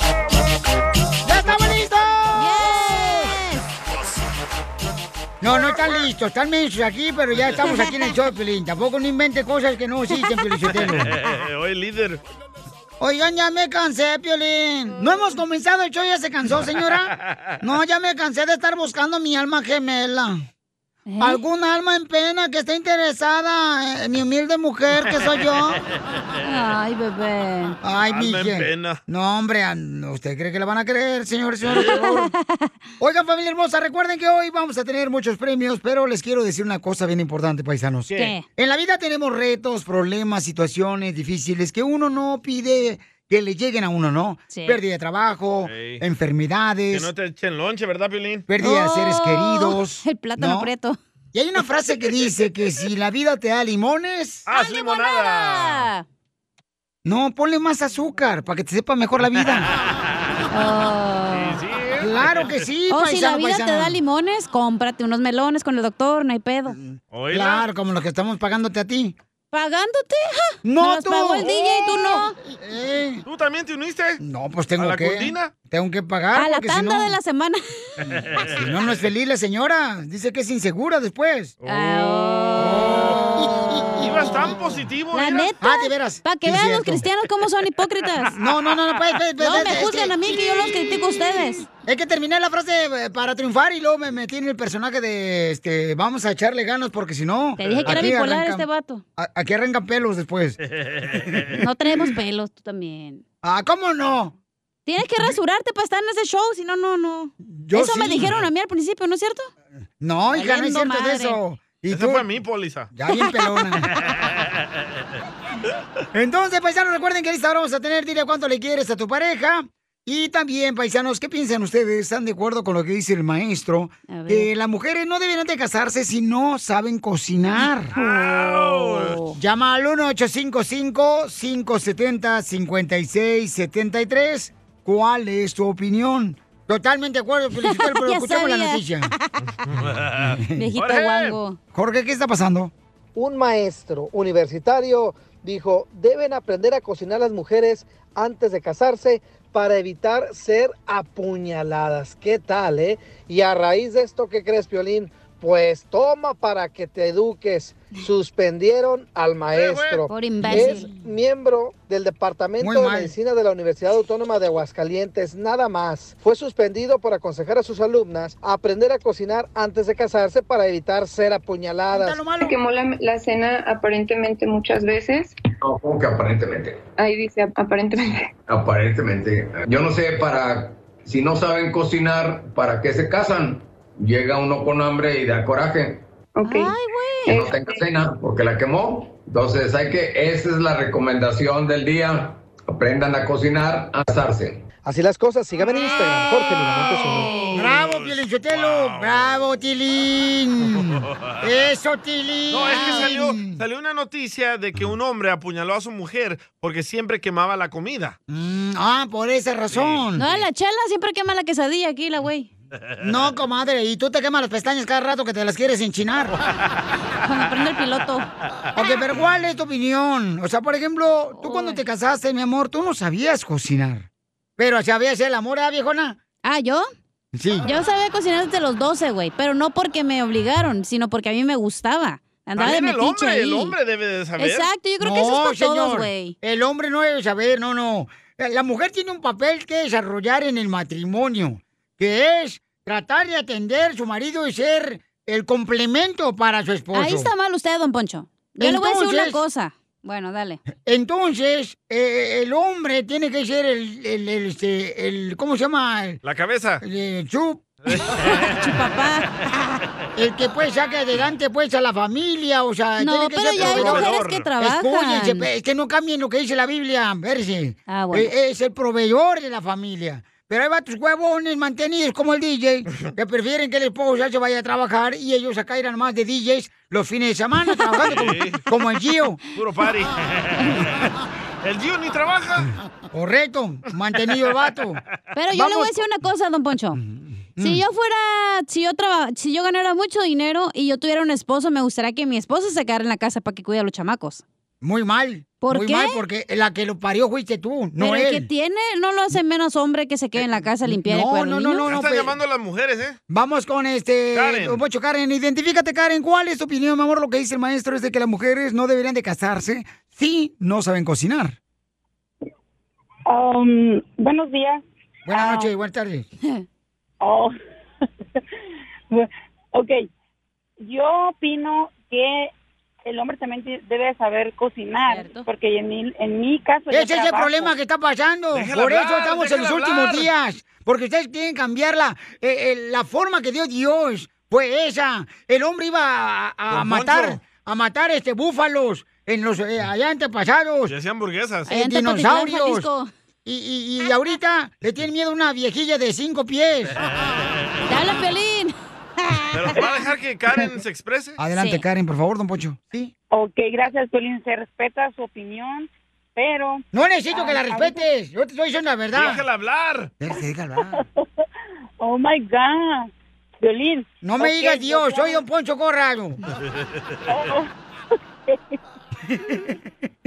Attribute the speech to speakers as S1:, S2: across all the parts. S1: ¡Ya estamos listos! No, no están listos, están mensos aquí, pero ya estamos aquí en el show, Pelín. Tampoco no invente cosas que no existen, Pelín.
S2: Hoy líder.
S1: Oigan, ya me cansé, Piolín. No hemos comenzado el show, ya se cansó, señora. No, ya me cansé de estar buscando mi alma gemela. ¿Algún alma en pena que esté interesada en mi humilde mujer que soy yo?
S3: Ay,
S1: bebé. Ay, mi
S3: Alma en
S1: je-
S3: pena.
S1: No, hombre, a- ¿usted cree que le van a creer, señor, señor? Oigan, familia hermosa, recuerden que hoy vamos a tener muchos premios, pero les quiero decir una cosa bien importante, paisanos.
S3: ¿Qué?
S1: En la vida tenemos retos, problemas, situaciones difíciles que uno no pide que le lleguen a uno, ¿no?
S2: Sí.
S1: Pérdida de trabajo,
S2: Ey.
S1: enfermedades.
S2: Que no te echen lonche, ¿verdad, Piolín?
S1: Pérdida de seres
S3: Oh,
S1: queridos.
S2: el plátano
S1: preto. Y hay una frase que dice que si la vida te da limones.
S2: ¡Haz ¡Ah, limonada!
S1: No, ponle más azúcar para que te sepa mejor la vida.
S2: ¿eh?
S1: Claro que sí,
S3: O Oh, si la
S1: paisano,
S3: vida te
S1: paisana.
S3: da limones, cómprate unos melones con el doctor, no hay pedo.
S1: Claro, como los que estamos pagándote a ti.
S3: ¿Pagándote? Ja,
S1: No,
S3: me los
S1: tú.
S3: pagó el DJ, tú no.
S2: ¿Tú también te uniste?
S1: No, pues tengo
S2: ¿A la
S1: que.
S2: cortina?
S1: Tengo que pagar.
S3: A la
S1: porque si
S3: tanda
S1: no-
S3: de la semana.
S1: Si no, no es feliz la señora. Dice que es insegura después.
S2: Ibas Oh. tan positivo,
S3: La
S2: mira.
S3: neta.
S1: Ah, de veras.
S3: Para que
S1: Sí,
S3: vean los
S1: cierto.
S3: cristianos cómo son hipócritas.
S1: No, no, no, no, pues, pues, pues,
S3: No
S1: es-
S3: me
S1: es
S3: juzguen a mí, que yo los critico a ustedes.
S1: Es que terminé la frase eh, para triunfar y luego me metí en el personaje de este, vamos a echarle ganas porque si no.
S3: Te dije que era
S1: aquí
S3: bipolar
S1: arrancan-
S3: este vato.
S1: a- Aquí arrancan pelos después.
S3: No traemos pelos, tú también.
S1: Ah, ¿cómo no?
S3: Tienes que rasurarte para estar en ese show, si no, no, no.
S1: Yo
S3: Eso me
S1: sí.
S3: dijeron a mí al principio, ¿no es cierto?
S1: No, hija, no es
S3: Valiendo
S1: cierto de
S3: madre.
S1: eso. Y
S2: Ese
S1: tú,
S2: fue a mí, póliza.
S1: ya bien pelona. Entonces, paisanos, recuerden que en esta hora vamos a tener, dile cuánto le quieres a tu pareja. Y también, paisanos, ¿qué piensan ustedes? ¿Están de acuerdo con lo que dice el maestro?
S3: ver.
S1: Que las mujeres no deberían de casarse si no saben cocinar. Llama al 1-855-570-5673. ¿Cuál es tu opinión? Totalmente de acuerdo, Felicitero, pero
S3: Ya
S1: escuchemos la
S3: sabía.
S1: noticia.
S3: Viejito guango.
S1: Jorge, ¿qué está pasando?
S4: un maestro universitario dijo, deben aprender a cocinar las mujeres antes de casarse para evitar ser apuñaladas. ¿Qué tal, eh? Y a raíz de esto, ¿qué crees, Piolín? Pues toma para que te eduques. Suspendieron al maestro.
S3: Por imbécil.
S4: Es miembro del Departamento
S3: Muy
S4: de
S3: mal.
S4: Medicina de la Universidad Autónoma de Aguascalientes, nada más. Fue suspendido por aconsejar a sus alumnas a aprender a cocinar antes de casarse para evitar ser apuñaladas.
S5: Quemó la, la cena aparentemente muchas veces.
S6: No, como que aparentemente.
S5: Ahí dice ap- aparentemente.
S6: Aparentemente. eh, Yo no sé para. Si no saben cocinar, ¿para qué se casan? Llega uno con hambre y da coraje. Que no tenga cena porque la quemó. Entonces hay que. Esa es la recomendación del día. Aprendan a cocinar, a asarse.
S4: Así las cosas, síganme en Instagram, Jorge Miramontes uno.
S1: ¡Bravo, Pielinchotelo! ¡Bravo, Tilín! ¡Eso, Tilín!
S2: No, es que salió, salió una noticia de que un hombre apuñaló a su mujer porque siempre quemaba la comida.
S1: ah, por esa razón.
S3: No, la chela siempre quema la quesadilla aquí, la güey.
S1: No, comadre, y tú te quemas las pestañas cada rato que te las quieres enchinar.
S3: Cuando prende el piloto.
S1: Ok, pero ¿cuál es tu opinión? O sea, por ejemplo, tú cuando te casaste, mi amor, tú no sabías cocinar. Pero sabías el amor, ¿ah, viejona?
S3: Ah, ¿yo?
S1: Sí.
S3: Yo sabía cocinar desde los 12, güey, pero no porque me obligaron, sino porque a mí me gustaba. Andaba de
S2: También el
S3: metiche
S2: hombre,
S3: ahí.
S2: el hombre debe de saber.
S3: Exacto, Este, yo creo que eso es para todos, güey.
S1: El hombre no debe saber, no, no. Eh, La mujer tiene un papel que desarrollar en el matrimonio, que es tratar de atender a su marido y ser el complemento para su esposo.
S3: Ahí está mal usted, don Poncho. Yo le voy a decir una
S1: Entonces-
S3: cosa. Bueno, dale.
S1: Entonces, eh, el hombre tiene que ser el, el, el, este, el- ¿cómo se llama? El,
S2: La cabeza.
S1: el chup. El que pues saca adelante pues a la familia, o sea,
S3: No,
S1: tiene que
S3: pero
S1: ser
S3: ya hay
S1: proveedor.
S3: mujeres que trabajan.
S1: Escúchense, pe- es que no cambien lo que dice la Biblia, verse.
S3: Ah, bueno.
S1: Eh, es el proveedor de la familia. Pero ahí va tus huevones mantenidos como el DJ, que prefieren que el esposo se vaya a trabajar y ellos acá irán más de DJs los fines de semana trabajando como,
S2: Sí.
S1: como el Gio.
S2: Puro party. el Gio ni trabaja.
S1: Correcto, mantenido el vato.
S3: Pero yo le
S1: Vamos
S3: voy a decir una cosa, don Poncho. Si yo fuera, si yo traba- si yo ganara mucho dinero y yo tuviera un esposo, me gustaría que mi esposo se quedara en la casa para que cuide a los chamacos.
S1: Muy mal.
S3: ¿Por
S1: muy
S3: qué?
S1: mal, porque la que lo parió fuiste tú, no
S3: Pero el que
S1: él. Eh,
S3: tiene no lo hace menos hombre que se quede en la casa a limpiar el
S1: no,
S3: cuerno.
S1: no, no, no,
S2: Ya
S1: no,
S2: están
S1: pe-
S2: llamando a las mujeres, ¿eh?
S1: Vamos con este.
S2: Karen.
S1: Don Poncho, Karen, identifícate, Karen. ¿Cuál es tu opinión, mi amor? Lo que dice el maestro es de que las mujeres no deberían de casarse si no saben cocinar.
S7: Um, buenos días.
S1: Buenas
S7: Ah.
S1: noches, buenas tardes.
S7: Oh. ok. Yo opino que el hombre también te- debe saber cocinar,
S3: Cierto.
S7: porque en mi, en mi
S8: Pues,
S7: caso... yo
S1: Ese es el
S7: trabajo.
S1: problema que está pasando.
S2: Déjala
S1: Por eso
S2: hablar,
S1: estamos en los
S2: déjala
S1: últimos
S2: hablar.
S1: días. Porque ustedes quieren cambiar la, eh, eh, la forma que dio Dios. Pues esa. El hombre iba a, a
S2: Don
S1: matar
S2: Poncho.
S1: a matar este búfalos en los eh, allá antepasados.
S2: Ya hacían hamburguesas.
S1: Eh,
S3: Allá en Tepatitlán,
S1: dinosaurios.
S3: Jalisco.
S1: Y, y- y ahorita le tienen miedo a una viejilla de cinco pies.
S3: ¡Te habla Piolín!
S2: ¿Pero va a dejar que Karen se exprese?
S1: Adelante,
S3: Sí.
S1: Karen, por favor, don Pocho. Sí.
S7: Ok, gracias, Piolín. Se respeta su opinión, pero...
S1: No necesito que la
S7: Ah,
S1: respetes. Yo te estoy diciendo la verdad.
S2: Déjala hablar.
S1: Déjala, déjala hablar.
S7: Oh, my God. Piolín.
S1: No me
S7: Ok,
S1: digas
S7: yo
S1: Dios, soy
S7: ya-
S1: don Poncho Corrado.
S7: Oh, oh.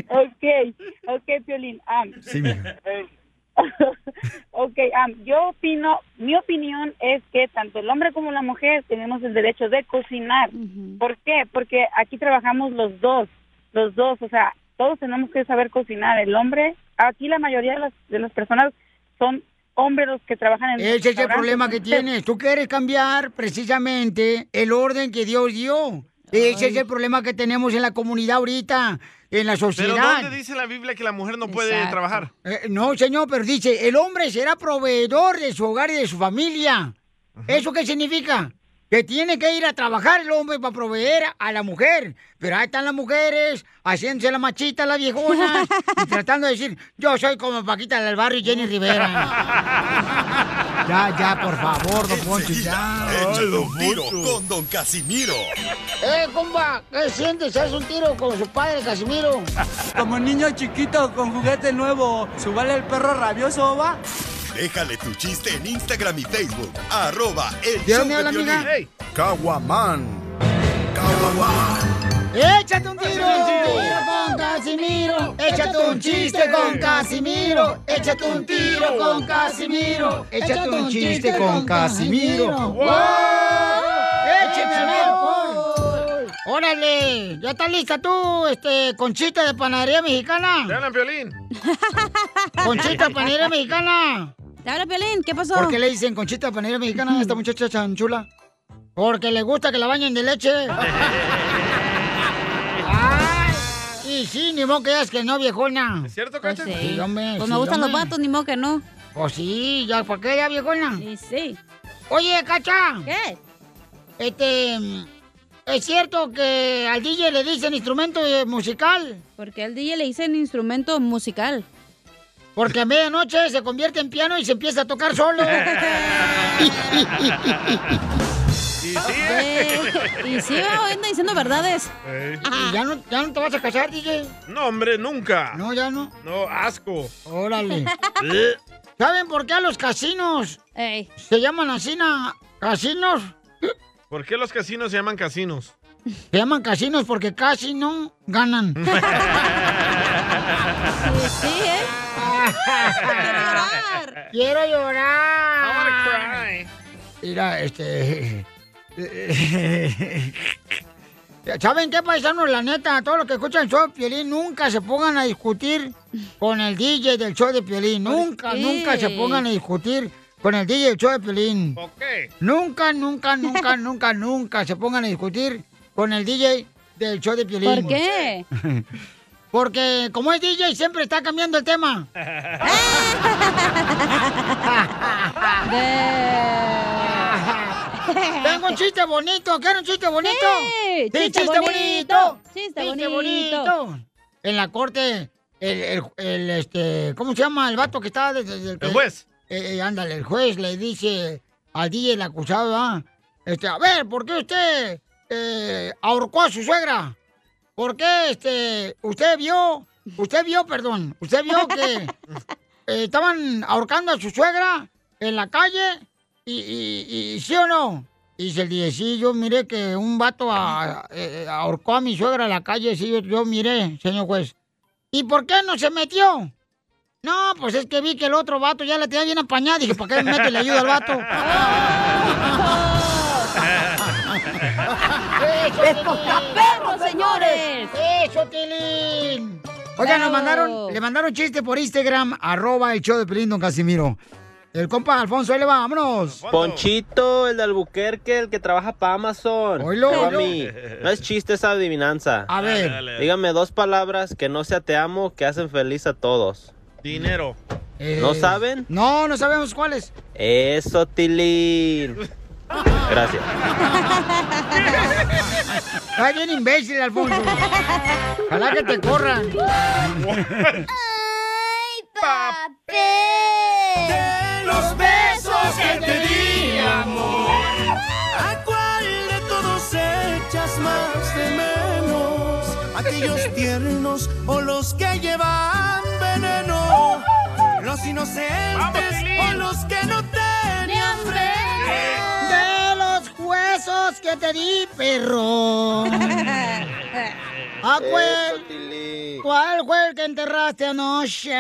S7: ok, ok, Piolín. Ah,
S1: Sí, mija.
S7: ok, am, yo opino, mi opinión es que tanto el hombre como la mujer tenemos el derecho de cocinar.
S3: Ujú.
S7: ¿Por qué? Porque aquí trabajamos los dos, los dos, o sea, todos tenemos que saber cocinar. El hombre, aquí la mayoría de las, de las personas son hombres los que trabajan en
S1: Ese es el
S7: restaurantes.
S1: problema que tienes. Tú quieres cambiar precisamente el orden que Dios dio. Ese es el problema que tenemos en la comunidad ahorita, en la
S2: ¿Pero
S1: sociedad.
S2: dónde dice la Biblia que la mujer no puede
S3: Exacto.
S2: trabajar?
S1: Eh, no, señor, pero dice, el hombre será proveedor de su hogar y de su familia. ¿Eso qué significa? Que tiene que ir a trabajar el hombre para proveer a la mujer. Pero ahí están las mujeres haciéndose la machita, la viejona, y tratando de decir, yo soy como Paquita del Barrio y Jenny Rivera. ya, ya, por favor, don Poncho, ya.
S9: Échate un tiro con Don Casimiro.
S1: ¡Eh, compa! ¿Qué sientes? ¿Haz un tiro con su padre, Casimiro?
S10: Como niño chiquito con juguete nuevo, ¿subale el perro rabioso va?
S9: Déjale tu chiste en Instagram y Facebook. Arroba el
S1: ¿De
S9: show
S1: dónde
S9: de
S1: habla,
S9: Piolín.
S1: amiga?
S9: Caguamán. Caguamán.
S1: Échate un tiro,
S2: un tiro.
S1: un tiro con Casimiro. Échate un chiste con Casimiro. Échate un tiro con Casimiro. Échate un chiste con Casimiro. ¡Wow! ¡Écheme alcohol! ¡Órale! ¿Ya estás lista tú, este, conchita de panadería
S2: ¿Te
S1: mexicana?
S2: hablan, Piolín?
S1: ¿Conchita de panadería mexicana?
S3: ¿Te habla Piolín? ¿Qué pasó?
S1: ¿Por qué le dicen conchita de panadería mexicana a esta muchacha chanchula? Porque le gusta que la bañen de leche. Ay, y sí, ni modo que digas que no, viejona.
S2: ¿Es cierto,
S3: Pues
S2: Cacha?
S3: sí.
S1: Sí, hombre,
S3: Pues
S1: sí,
S3: me gustan los
S1: hombre.
S3: vatos, ni modo que no.
S1: Pues sí, ya, ¿para qué ya, viejona?
S3: Sí, sí.
S1: Oye, Cacha,
S3: ¿Qué?
S1: este, mm, ¿es cierto que al DJ le dicen instrumento eh, musical?
S3: Porque al DJ le dicen instrumento musical.
S1: Porque a medianoche se convierte en piano y se empieza a tocar solo.
S2: Sí, sí.
S3: Eh, y sí, va anda diciendo verdades.
S2: Eh.
S1: ¿Y ya no, ya no te vas a casar, DJ?
S2: No, hombre, nunca. No,
S1: No, ya no.
S2: asco.
S1: Órale.
S2: Eh.
S1: ¿Saben por qué a los casinos
S3: Ey,
S1: se llaman así, na- casinos?
S2: ¿Por qué los casinos se llaman casinos?
S1: Se llaman casinos porque casi no ganan.
S3: sí, sí, ¿eh? Quiero llorar.
S1: Quiero
S2: I wanna
S1: llorar.
S2: cry.
S1: Mira, este. ¿Saben qué, paisanos? La neta, todos los que escuchan el show de Piolín, nunca se pongan a discutir con el DJ del show de Piolín. Nunca,
S3: qué?
S1: nunca se pongan a discutir con el DJ del show de Piolín.
S2: ¿Por qué?
S1: Nunca, nunca, nunca, nunca, nunca se pongan a discutir con el DJ del show de Piolín.
S3: ¿Por qué?
S1: Porque como es DJ, siempre está cambiando el tema.
S3: De...
S1: Tengo un chiste bonito, ¿quieren un chiste bonito?
S3: Sí, chiste bonito, chiste bonito.
S1: En la corte, el, el- el, este, ¿cómo se llama el vato que estaba desde desde
S2: El juez.
S1: Eh, eh, ándale, el juez le dice al DJ el acusado, ¿verdad? este, a ver, ¿por qué usted eh, ahorcó a su suegra? ¿Por qué este, usted vio, usted vio, perdón, usted vio que eh, estaban ahorcando a su suegra en la calle y, y- y- sí o no? Y dice el DJ, sí, yo miré que un vato a- eh, ahorcó a mi suegra en la calle, sí, yo, yo miré, señor juez. ¿Y por qué no se metió? No, pues es que vi que el otro vato ya la tenía bien apañada. Dije, ¿para qué me mete la ayuda al vato?
S11: ¡Estos perros, señores!
S1: ¡Eso, Tilín! Oigan, nos mandaron, le mandaron chiste por Instagram, arroba el show de Pelín, don Casimiro. El compa Alfonso, ahí le va, vámonos.
S10: Ponchito, el de Albuquerque, el que trabaja para Amazon.
S1: Oilo,
S10: Llegó a
S1: oilo.
S10: mí. No es chiste esa adivinanza.
S1: A ver. Dale, dale.
S10: Dígame dos palabras que no sea te amo que hacen feliz a todos.
S2: Dinero.
S10: ¿No saben?
S1: Eh, No, no sabemos cuáles.
S10: Eso, Tilín. Gracias.
S1: Está bien imbécil, Alfonso. Ojalá que te corran.
S11: De los besos que te di, amor. ¿A cuál de todos echas más de menos? ¿Aquellos tiernos o los que llevan veneno? ¿Los inocentes o los que no tenían freno?
S1: De los huesos que te di, perro. ¿A cuál, cuál fue el que enterraste anoche?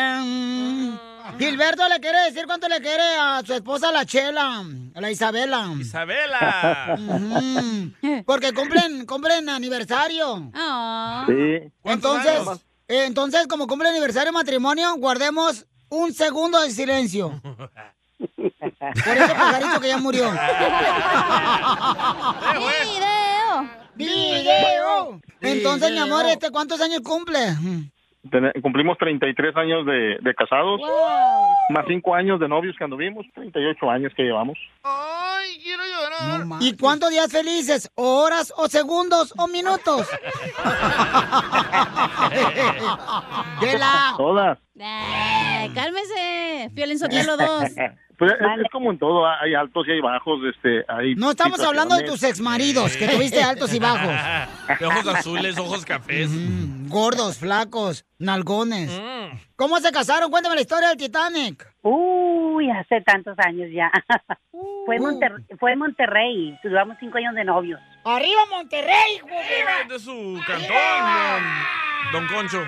S1: Gilberto le quiere decir cuánto le quiere a su esposa la Chela, a la Isabela.
S2: Isabela.
S1: Ujú. Porque cumplen, cumplen aniversario.
S11: Ah.
S12: Sí.
S1: Entonces,
S12: años?
S1: eh, entonces, como cumple aniversario de matrimonio, guardemos un segundo de silencio. Por ese pajarito que ya murió. ¡Video! ¡Video! Entonces, mi amor, ¿este cuántos años cumple?
S12: Ten- cumplimos 33 años de, de casados, más 5 años de novios que anduvimos, 38 años que llevamos.
S1: ¿Y cuántos días felices? ¿O horas, o segundos, o minutos? ¡Chela!
S12: Todas.
S3: Ay, ¡Eh, cálmese. Piolín Sotelo 2.
S12: Pues es, es como en todo, hay altos y hay bajos. Este, hay
S1: No estamos hablando de tus exmaridos, que tuviste altos y bajos.
S2: De ojos azules, ojos cafés.
S1: Gordos, flacos, nalgones. ¿Cómo se casaron? Cuéntame la historia del Titanic.
S8: Uy, hace tantos años ya.
S1: Uh.
S8: fue, en Monterrey, fue en Monterrey. Duramos cinco años de novios.
S1: ¡Arriba Monterrey!
S2: Viva
S1: este
S2: de su cantón, don, don Concho.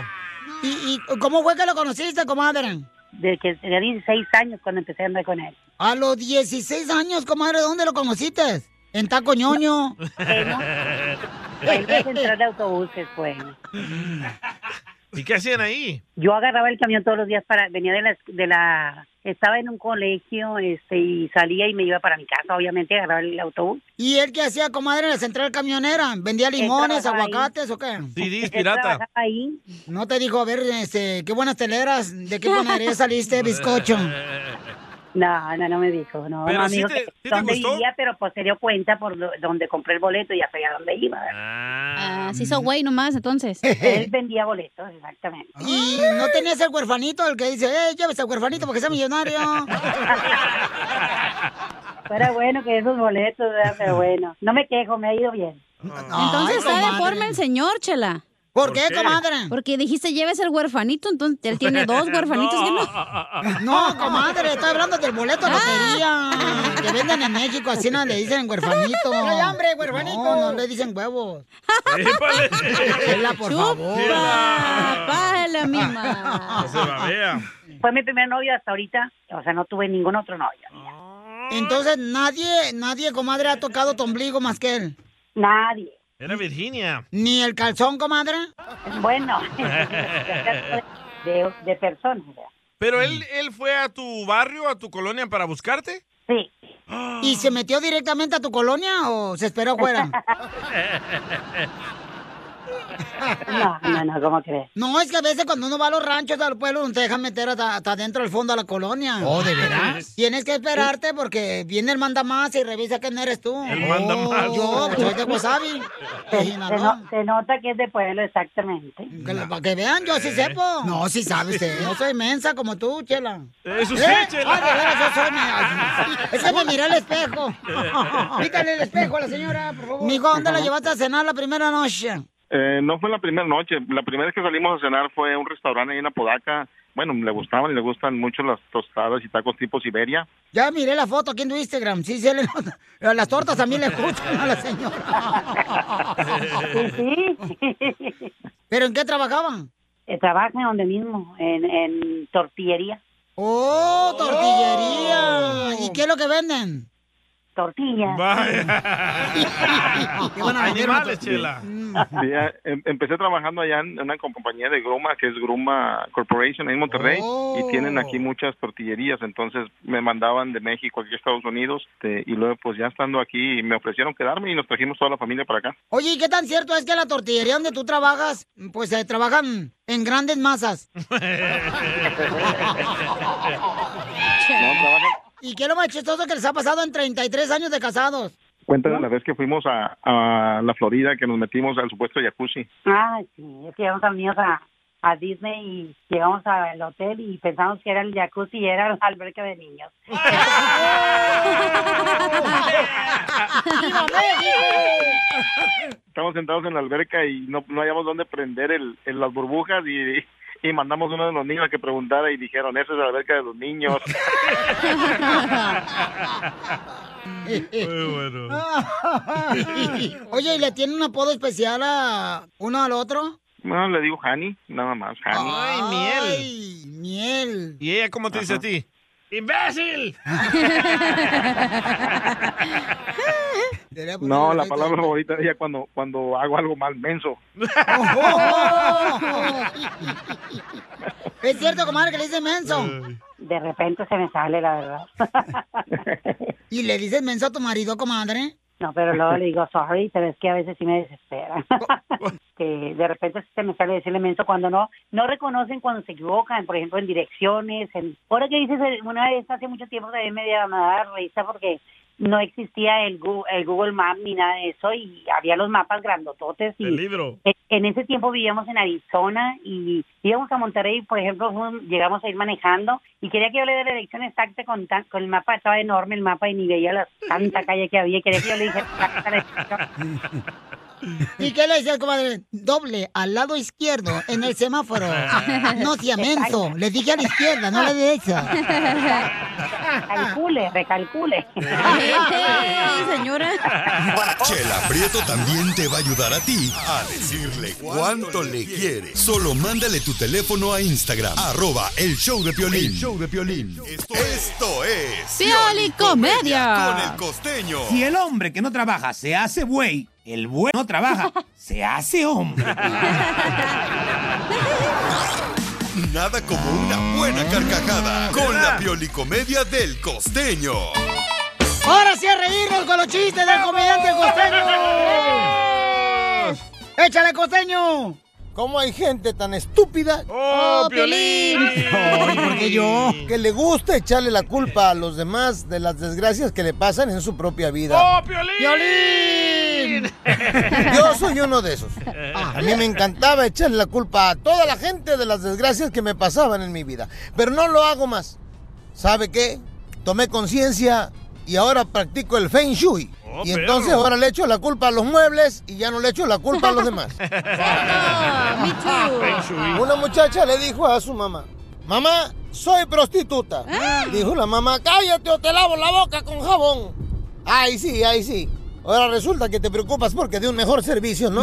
S1: ¿Y, y cómo fue que lo conociste, comadre?
S8: De que tenía 16 años cuando empecé a andar con él.
S1: A los 16 años, comadre, ¿dónde lo conociste? En Taco Ñoño.
S8: Él me central de autobuses, pues.
S2: ¿Y qué hacían ahí?
S8: Yo agarraba el camión todos los días para... Venía de la... De la estaba en un colegio este, y salía y me iba para mi casa, obviamente, agarraba el autobús.
S1: ¿Y él qué hacía, comadre, en la central camionera? ¿Vendía limones,
S8: trabajaba ahí.
S1: aguacates o qué?
S2: CDs pirata. trabajaba
S8: ahí.
S1: No te dijo, a ver, este, qué buenas teleras, de qué panadería saliste, bizcocho.
S8: No, no, no me dijo. No,
S1: Pero
S8: no,
S1: sí
S8: amigo,
S1: te-
S8: que-
S1: sí te
S8: dónde
S1: gustó.
S8: vivía, pero pues se dio cuenta por do- donde compré el boleto y ya sabía dónde iba.
S3: Ah, se hizo güey nomás, entonces.
S8: Él vendía boletos, exactamente.
S1: ¿Y no tenías el huerfanito, el que dice, eh, llévese al huerfanito porque sea millonario?
S8: Pero bueno, que esos boletos, ¿verdad? pero bueno. No me quejo, me ha ido bien.
S1: Ah.
S3: Entonces está de forma el señor, Chela.
S1: ¿Por qué, qué? comadre?
S3: Porque dijiste lleves el huerfanito, entonces él tiene dos huerfanitos que no.
S1: No, comadre, estoy hablando del boleto de lotería. Que venden en México, así no le dicen huerfanito.
S11: No hay hambre,
S1: huerfanito. No, no le dicen huevos.
S2: Épale.
S1: Chela, por favor.
S8: la misma.
S2: No se babea.
S8: Fue mi primer novio hasta ahorita. O sea, no tuve ningún otro novio.
S1: Ah. Entonces, nadie, nadie, comadre, ha tocado tu ombligo más que él.
S8: Nadie.
S2: Era Virginia.
S1: ¿Ni el calzón, comadre?
S8: Bueno. De, de personas, ¿verdad?
S2: ¿Pero él, él fue a tu barrio, a tu colonia para buscarte?
S8: Sí.
S1: ¿Y se metió directamente a tu colonia o se esperó afuera?
S8: No, no, no, ¿cómo crees?
S1: No, es que a veces cuando uno va a los ranchos, al pueblo, no te dejan meter hasta, hasta dentro del fondo a la colonia.
S11: Oh, ¿de veras?
S1: Tienes que esperarte porque viene el mandamás y revisa quién eres tú.
S11: El mandamás.
S1: Yo, pues, soy de Wasabi.
S8: Se,
S1: de Sinaloa.
S8: se no- se nota que es de pueblo, exactamente.
S1: Que la- Para que vean, yo sí sepo. No, sí sabes usted. No soy mensa como tú, Chela.
S11: Eso sí, Chela.
S1: ¿Eh? Ay, de veras, yo soy mensa. Es que me miré al espejo. Quítale el espejo a la señora, por favor. Mijo, ¿dónde la llevaste a cenar la primera noche?
S12: Eh, no fue la primera noche. La primera vez que salimos a cenar fue a un restaurante ahí en Apodaca bueno, le gustaban y le gustan mucho las tostadas y tacos tipo Siberia.
S1: Ya miré la foto aquí en tu Instagram. Sí, sí, le nota. las tortas también le gustan a la señora. ¿Pero en qué trabajaban?
S8: Eh, trabaja donde mismo, en, en tortillería.
S1: ¡Oh, tortillería! ¿Y qué es lo que venden?
S8: Tortillas.
S1: Qué buena Mm. vender una
S13: Animales, Chela.
S1: tortilla.
S12: Sí, ya, em- empecé trabajando allá en una com- compañía de Gruma, que es Gruma Corporation en Monterrey,
S1: Oh.
S12: y tienen aquí muchas tortillerías, entonces me mandaban de México aquí a Estados Unidos, este, y luego pues ya estando aquí me ofrecieron quedarme y nos trajimos toda la familia para acá.
S1: Oye, ¿y qué tan cierto es que la tortillería donde tú trabajas, pues se trabajan en grandes masas? ¿Y qué es lo más chistoso que les ha pasado en 33 años de casados?
S12: Cuéntame la vez que fuimos a, a la Florida, que nos metimos al supuesto jacuzzi.
S8: Ah, sí, es que llegamos amigos a, a Disney y llegamos al hotel y pensamos que era el jacuzzi y era la alberca de niños.
S3: ¡Viva
S12: Estamos sentados en la alberca y no, no hallamos dónde prender el, el- las burbujas y, y mandamos uno de los niños a que preguntara y dijeron, esa es la alberca de los niños.
S1: Oye, ¿y le tienen un apodo especial a uno al otro?
S12: No, le digo Hani, nada más, Hani.
S13: Ay, miel.
S1: Ay, miel.
S13: ¿Y ella cómo te dice a ti? ¡Imbécil!
S12: No, la palabra favorita de ella cuando, cuando hago algo mal menso.
S1: Oh. Es cierto, comadre, que le dicen menso.
S8: De repente se me sale, la verdad.
S1: ¿Y le dices menso a tu marido, comadre?
S8: No, pero luego le digo sorry, pero es que a veces sí me desespera. que de repente sí se me sale decirle menso cuando no no reconocen cuando se equivocan, por ejemplo, en direcciones. En... Ahora que dices, eh, una vez hace mucho tiempo también me llamaba risa porque no existía el Google, el Google Map ni nada de eso y había los mapas grandototes y
S3: El libro.
S8: e- en ese tiempo vivíamos en Arizona y íbamos a Monterrey, por ejemplo, fuimos- llegamos a ir manejando y quería que yo le diera la dirección exacta con, tan- con el mapa, estaba enorme el mapa y ni veía la tanta calle que había, quería que yo le dijera exacta la dirección.
S1: ¿Y qué le decías, comadre? Doble, al lado izquierdo, en el semáforo. No sea menso. Le dije a la izquierda, no a la derecha.
S8: Recalcule, recalcule.
S11: señora.
S9: Chela Prieto también te va a ayudar a ti a decirle cuánto le quiere. Solo mándale tu teléfono a Instagram, arroba el show de Piolín.
S14: El
S9: show de Piolín. Esto, esto es... Con el costeño.
S14: Si el hombre que no trabaja se hace buey, el buey no trabaja, se hace hombre.
S9: Nada como una buena carcajada con la piolicomedia del costeño.
S1: Ahora sí a reírnos con los chistes del comediante costeño. ¡Échale, costeño!
S15: ¿Cómo hay gente tan estúpida?
S1: ¡Oh, Piolín!
S15: Ay, ¿por qué yo? Que le gusta echarle la culpa a los demás de las desgracias que le pasan en su propia vida.
S1: Oh,
S3: ¡Piolín!
S15: Yo soy uno de esos. A mí me encantaba echarle la culpa a toda la gente de las desgracias que me pasaban en mi vida. Pero no lo hago más. ¿Sabe qué? Tomé conciencia y ahora practico el Feng Shui.
S3: Oh,
S15: y entonces
S3: perro.
S15: ahora le echo la culpa a los muebles y ya no le echo la culpa a los demás. Una muchacha le dijo a su mamá, mamá, soy prostituta. Dijo la mamá, cállate o te lavo la boca con jabón. Ay, sí, ay, sí. Ahora resulta que te preocupas porque de un mejor servicio, ¿no?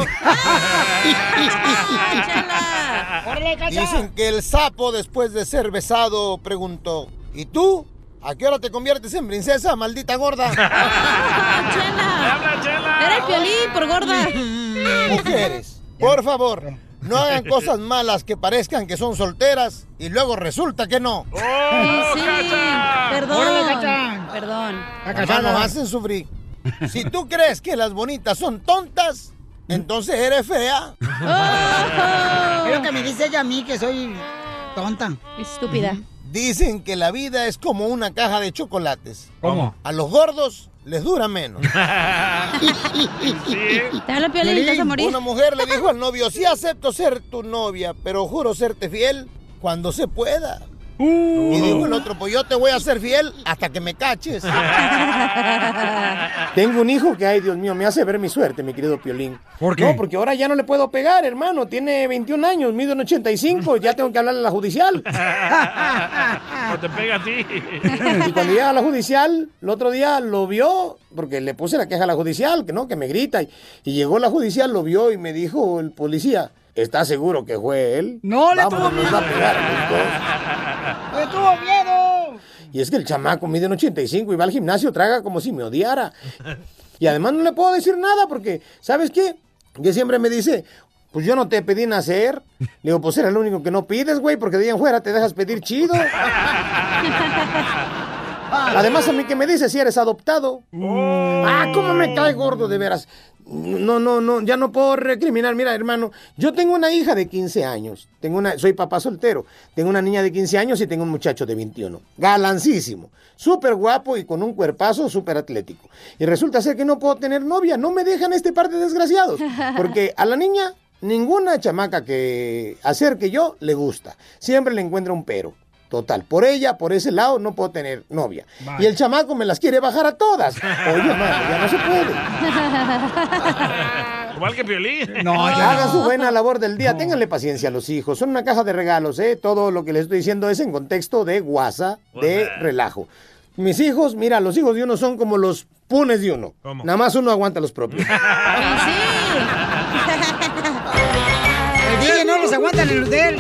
S15: Dicen que el sapo, después de ser besado, preguntó, ¿y tú? ¿A qué hora te conviertes en princesa, maldita gorda?
S11: Era el piolín por gorda.
S15: Mujeres, por favor, no hagan cosas malas que parezcan que son solteras y luego resulta que no.
S11: Sí, sí.
S15: Órale,
S11: Perdón.
S15: Cacha.
S11: Perdón.
S15: Acá nos hacen sufrir. Si tú crees que las bonitas son tontas, entonces eres fea.
S11: Oh.
S1: Es lo que me dice ella a mí, que soy tonta.
S11: Estúpida.
S15: Dicen que la vida es como una caja de chocolates.
S3: ¿Cómo?
S15: A los gordos les dura menos.
S3: Te habla Piolín, te vas a morir.
S15: Una mujer le dijo al novio, sí acepto ser tu novia, pero juro serte fiel cuando se pueda. Uh.
S16: Y dijo el otro, pues yo te voy a ser fiel hasta que me caches.
S15: Tengo un hijo que, ay, Dios mío, me hace ver mi suerte, mi querido Piolín. ¿Por qué? No, porque ahora ya no le puedo pegar, hermano. Tiene 21 años, mide un 85, ya tengo que hablarle a la judicial.
S2: O te pega a ti.
S15: Y cuando llega a la judicial, el otro día lo vio, porque le puse la queja a la judicial, que no, que me grita. Y, y llegó la judicial, lo vio y me dijo el policía, ¿estás seguro que fue él? No, le tuvo miedo.
S1: ¡Me tuvo miedo!
S15: Y es que el chamaco mide un 85 y va al gimnasio, traga como si me odiara. Y además no le puedo decir nada porque, ¿sabes qué? Que siempre me dice, pues yo no te pedí nacer. Le digo, pues eres el único que no pides, güey, porque de ahí en fuera te dejas pedir chido. Además, a mí que me dice si eres adoptado. Ah, cómo me cae gordo, de veras. No, no, no, ya no puedo recriminar. Mira, hermano, yo tengo una hija de 15 años. Tengo una, soy papá soltero. Tengo una niña de 15 años y tengo un muchacho de 21. Galancísimo. Súper guapo y con un cuerpazo súper atlético. Y resulta ser que no puedo tener novia. No me dejan este par de desgraciados. Porque a la niña, ninguna chamaca que acerque yo le gusta. Siempre le encuentra un pero. Total, por ella, por ese lado, no puedo tener novia.
S11: Vaya.
S15: Y el chamaco me las quiere bajar a todas. Oye, mano, ya no se puede.
S2: Igual que Piolín.
S15: Hagan su buena labor del día. Ténganle paciencia a los hijos. Son una caja de regalos, ¿eh? Todo lo que les estoy diciendo es en contexto de guasa, de relajo. Mis hijos, mira, los hijos de uno son como los punes de uno.
S11: ¿Cómo?
S15: Nada más uno aguanta los propios.
S1: El DJ no los aguanta en el hotel.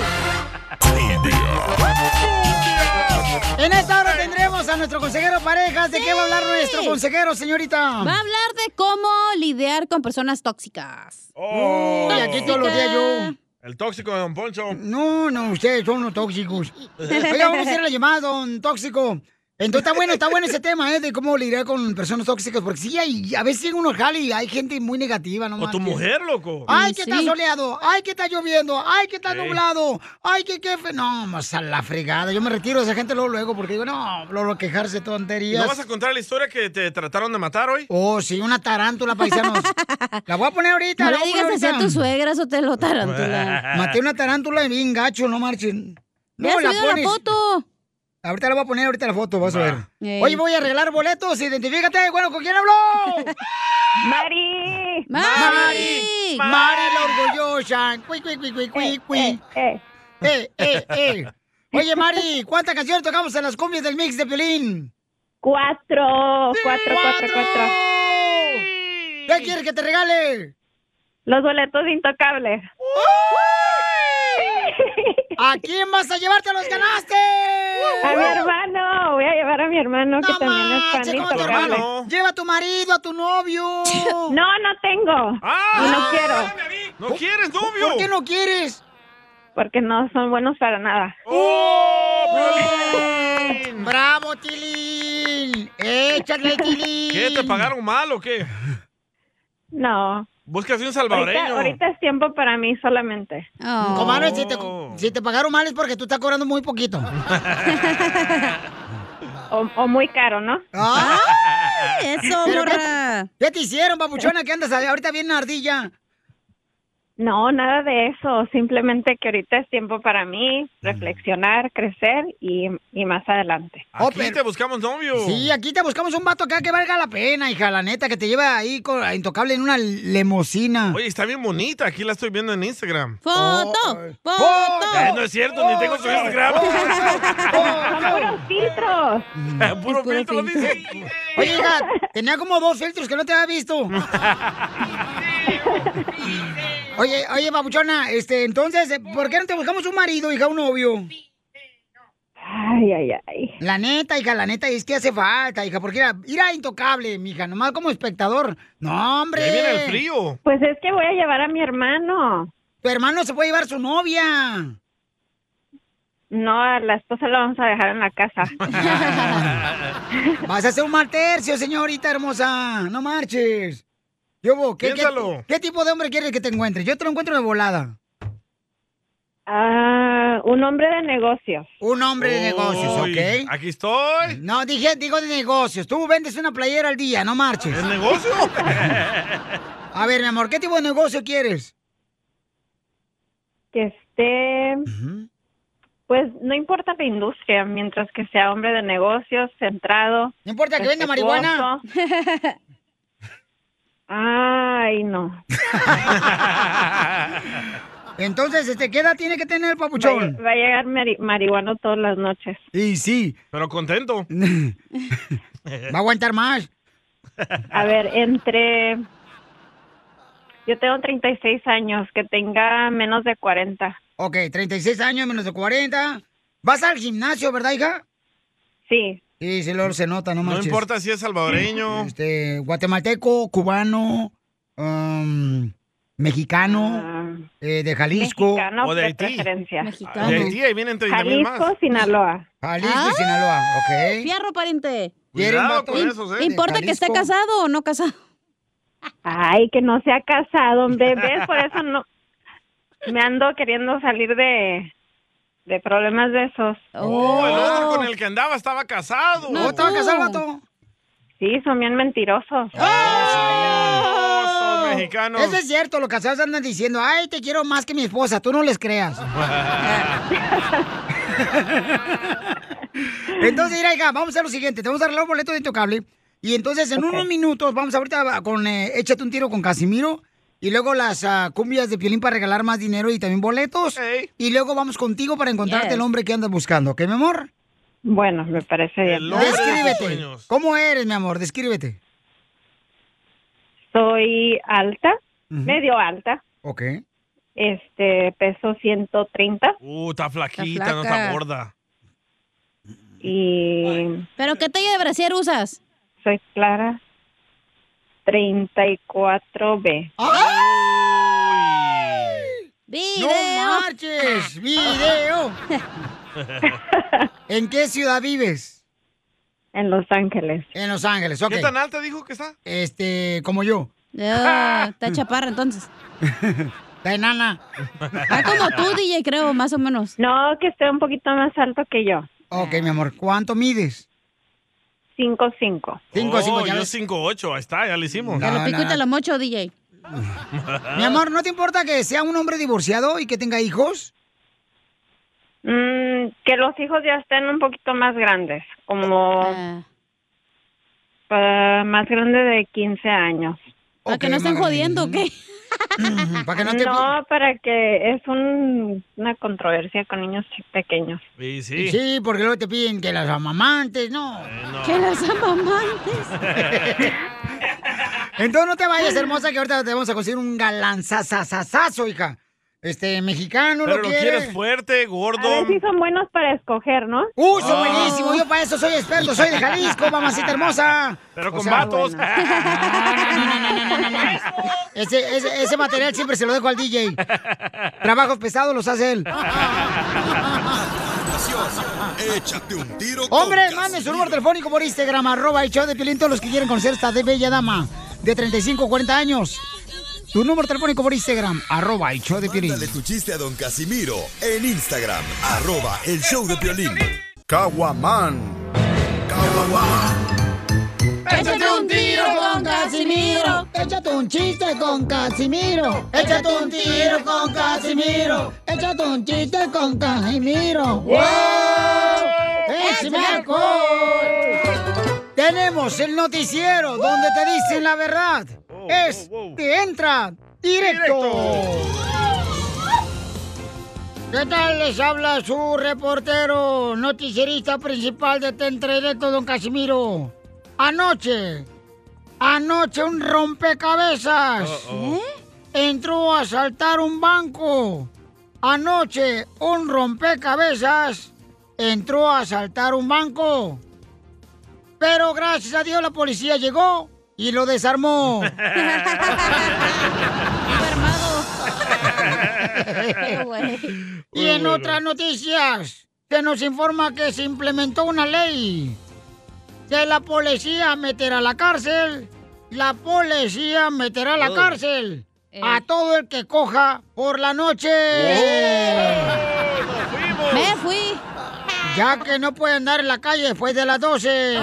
S1: En esta hora tendremos a nuestro consejero parejas. ¿De qué va a hablar nuestro consejero, señorita?
S3: Va a hablar de cómo lidiar con personas tóxicas.
S1: Oh, y aquí todos los días yo.
S2: El tóxico de Don Poncho.
S1: No, no, ustedes son los tóxicos. Oiga, vamos a hacer la llamada, don tóxico. Entonces está bueno, está bueno ese tema, ¿eh? De cómo lidiar con personas tóxicas. Porque sí, hay, a veces en unos jales y hay gente muy negativa, ¿no?
S2: O tu
S1: marches.
S2: mujer, loco.
S1: Ay, que está soleado. Ay, que está lloviendo. Ay, que está
S2: Sí.
S1: nublado. Ay, que qué... fe- No, más a la fregada. Yo me retiro de esa gente luego, luego, porque digo, no, luego quejarse tonterías.
S2: ¿No vas a contar la historia que te trataron de matar hoy?
S1: Oh, sí, una tarántula, paisanos. la voy a poner ahorita.
S3: No
S1: la
S3: le
S1: voy a poner
S3: digas así a
S1: ahorita.
S3: tu suegra, eso te lo tarántula.
S1: Maté una tarántula y bien gacho, no marchen.
S3: Me has subido la
S1: foto. Ahorita la voy a poner, ahorita la foto, vas a ver.
S3: Ey.
S1: Oye, voy a arreglar boletos, identifícate. Bueno, ¿con quién habló? ¡Mari! ¡Mari!
S11: ¡Mari!
S1: ¡Mari la orgullosa! ¡Cui, cui, cui, cui, cui, cui! Eh, eh, eh. Oye, Mari, ¿cuántas canciones tocamos en las cumbias del mix de violín? Cuatro, cuatro, cuatro, cuatro. ¿Qué quieres que te regale? Los boletos intocables. ¿A quién vas a llevar? ¡Te los ganaste!
S5: A mi hermano, voy a llevar a mi hermano que también es fan de
S1: Che, ¿cómo tu
S5: Intocable.
S1: hermano? Lleva a tu marido, a tu novio.
S5: No, no tengo.
S2: Ah,
S5: y no quiero.
S2: ¿No quieres novio?
S1: ¿Por qué no quieres?
S5: Porque no son buenos para nada.
S1: ¡Bravo, Tilín! ¡Échale, Tilín!
S2: ¿Qué? ¿Te pagaron mal o qué?
S5: No.
S2: Búscate un
S5: Ahorita,
S2: salvadoreño.
S5: ahorita es tiempo para mí solamente.
S1: Comadre, si te, si te pagaron mal es porque tú estás cobrando muy poquito.
S5: O, o muy caro, ¿no?
S1: ¡Ay!
S5: Ah, eso,
S1: Pero
S5: morra.
S1: ¿Qué, qué te hicieron, papuchona? ¿Qué andas ahí? ahorita bien ardilla?
S5: No, nada de eso. Simplemente que ahorita es tiempo para mí reflexionar, crecer y, y más adelante.
S1: Ah,
S2: Aquí te buscamos novio.
S1: Oh, Sí, aquí te buscamos un vato acá que valga la pena, hija, la neta, que te lleve ahí con- a intocable en una lemosina.
S2: Oye, está bien bonita. Aquí la estoy viendo en Instagram.
S1: ¡Foto!
S2: ¡Foto! Eh, no es cierto, ni tengo su Instagram.
S5: puros filtros!
S2: Puro filtro, dice.
S1: Oye, hija, tenía como dos filtros que no te había visto. Oye, oye, papuchona, este, entonces, eh, ¿por qué no te buscamos un marido, hija, un novio?
S5: Ay, ay, ay.
S1: La neta, hija, la neta, es que hace falta, hija, porque era, era intocable, mija, nomás como espectador. No, hombre.
S5: Ahí viene el frío. Pues es que voy a llevar a mi hermano.
S1: Tu hermano se puede llevar su novia.
S5: No, a la esposa la vamos a dejar en la casa.
S1: Vas a hacer un mal tercio, señorita hermosa. No marches. Yo, bo, ¿qué, qué,
S5: Piénsalo.
S1: qué tipo de hombre quieres que te encuentre? Yo te lo encuentro de volada.
S5: Ah, un hombre de negocios.
S1: Un hombre de negocios,
S2: Uy,
S1: ¿ok?
S2: Aquí estoy.
S1: No, dije, digo de negocios. Tú vendes una playera al día, no marches. ¿El
S2: negocio?
S1: A ver, mi amor, ¿qué tipo de negocio quieres?
S5: Que esté... Pues no importa la industria, mientras que sea hombre de negocios, centrado.
S1: No importa que venda marihuana.
S5: Ay, no.
S1: Entonces, este, ¿qué edad tiene que tener el
S5: Va,
S1: papuchón?
S5: va a llegar mari- marihuano todas las noches.
S1: Y sí.
S2: Pero contento.
S1: Va a aguantar más.
S5: A ver, entre... Yo tengo 36 años, que tenga menos de 40.
S1: Ok, 36 años, menos de 40. ¿Vas al gimnasio, verdad, hija?
S5: Sí.
S1: Sí, sí, luego se nota, no
S2: No
S1: manches.
S2: importa si es salvadoreño.
S1: Este, guatemalteco, cubano, um, mexicano, eh, de Jalisco.
S5: Ah. Mexicano de preferencia.
S2: Ah, De Haití, ahí vienen 30 mil más.
S5: Jalisco, Sinaloa. Ah.
S1: Jalisco y Sinaloa, ok.
S3: Fierro, pariente.
S1: Quiere un vato-
S3: In-
S2: eh.
S3: ¿Importa que esté casado o no casado?
S5: Ay, que no sea casado, hombre. ¿Ves? Por eso no. Me ando queriendo salir de, de problemas de esos.
S2: Oh, el otro con el Oh. que andaba estaba casado.
S5: No, estaba tú. casado el
S1: vato? Ah,
S5: Sí, son bien mentirosos.
S2: mexicano.
S1: Eso es cierto, los casados andan diciendo, ay, te quiero más que mi esposa, tú no les creas. Entonces, mira, hija, vamos a hacer lo siguiente. Te vamos a arreglar un boleto de Intocable. Y entonces, en unos minutos, vamos ahorita a- con eh, Échate un tiro con Casimiro. Y luego las ah, cumbias de Piolín para regalar más dinero y también boletos. Y luego vamos contigo para encontrarte
S5: Yes.
S1: el hombre que andas buscando. ¿Ok, mi amor?
S5: Bueno, me parece bien. hombre de tus
S1: Descríbete.
S5: sueños.
S1: ¿Cómo eres, mi amor? Descríbete.
S5: Soy alta, medio alta.
S1: Ok.
S5: Este, peso 130
S2: Uh, está flaquita,
S3: Está
S2: no
S3: flaca.
S2: está gorda.
S5: y
S3: ¿Pero qué talla de brasier usas?
S5: soy clara 34B.
S1: ¡No marches! ¡Video! ¿En qué ciudad vives?
S5: En Los Ángeles.
S1: En Los Ángeles, ok.
S2: ¿Qué tan alta dijo que está?
S1: Este, como yo.
S3: Ah, está chaparra entonces.
S1: Está enana.
S3: Ah, como tú, DJ, creo, más o menos.
S5: No, que esté un poquito más alto que yo.
S1: Ok,
S2: Ah.
S1: mi amor, ¿cuánto mides?
S5: 5'5".
S1: Cinco,
S2: oh,
S1: cinco, ya
S2: yo
S1: ves.
S2: 5'8", ahí está, ya lo hicimos.
S1: Ya lo No, pico y no. te
S3: La mocho, DJ.
S1: Mi amor, ¿no te importa que sea un hombre divorciado y que tenga hijos?
S5: Mm, que los hijos ya estén un poquito más grandes, como
S3: Ah.
S5: pa- más grande de 15 años.
S3: Para que no estén jodiendo, ¿o ¿qué?
S1: Para
S5: que no, para que es un- una controversia con niños chi- pequeños.
S2: Sí, sí.
S1: Sí, porque luego te piden que las amamantes, no.
S2: no.
S3: Que las amamantes.
S1: Entonces no te vayas, hermosa, que ahorita te vamos a conseguir un galanzazazazazo, hija. Este, mexicano,
S2: Pero
S1: lo
S2: lo
S1: quiere.
S2: quieres fuerte, gordo.
S5: son buenos para escoger, ¿no?
S1: ¡Uh, son
S2: Ah.
S1: buenísimos! Yo para eso soy experto, soy de Jalisco, mamacita hermosa.
S2: Pero
S1: O
S2: con
S1: sea,
S2: vatos.
S1: Ese, ese- ese material siempre se lo dejo al DJ. Trabajos pesados los hace él.
S9: Échate un tiro
S1: Hombre, manden su número telefónico por Instagram, arroba el show de Piolín, todos los que quieren conocer esta de bella dama de 35 o 40 años. Tu número telefónico por Instagram, arroba el show de Piolín.
S9: Mándale tu chiste a don Casimiro en Instagram, arroba el show de violín. Caguaman.
S1: Échate un tiro con Casimiro. Échate un chiste con Casimiro. Échate un tiro con Casimiro. Échate un chiste con Casimiro. ¡Wow! ¡Échame alcohol! Tenemos el noticiero donde te dicen la verdad. Es que entra directo. ¿Qué tal? Les habla su reportero, noticierista principal de Tentre Directo, don Casimiro. Anoche, anoche un rompecabezas.
S11: Uh-oh.
S1: Entró a asaltar un banco. Anoche un rompecabezas entró a asaltar un banco. Pero gracias a Dios la policía llegó y lo desarmó. Y en otras noticias, se nos informa que se implementó una ley que la policía meterá a la cárcel, la policía meterá a la
S11: Oh.
S1: cárcel a todo el que coja por la noche. Oh. Me fui. Ya que no puede andar en la calle después de las 12.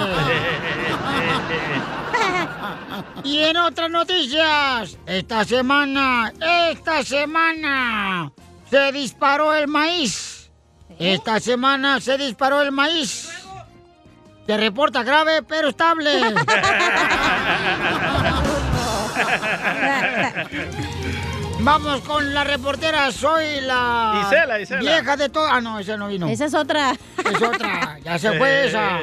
S1: Y en otras noticias, esta semana, esta semana, se disparó el maíz.
S3: ¿Eh?
S1: Esta semana se disparó el maíz. Se reporta grave, pero estable. Vamos con la reportera, soy la
S2: Isela, Isela.
S1: vieja de todo. Ah, no, esa no vino.
S3: Esa es otra.
S1: Es otra, ya se fue esa.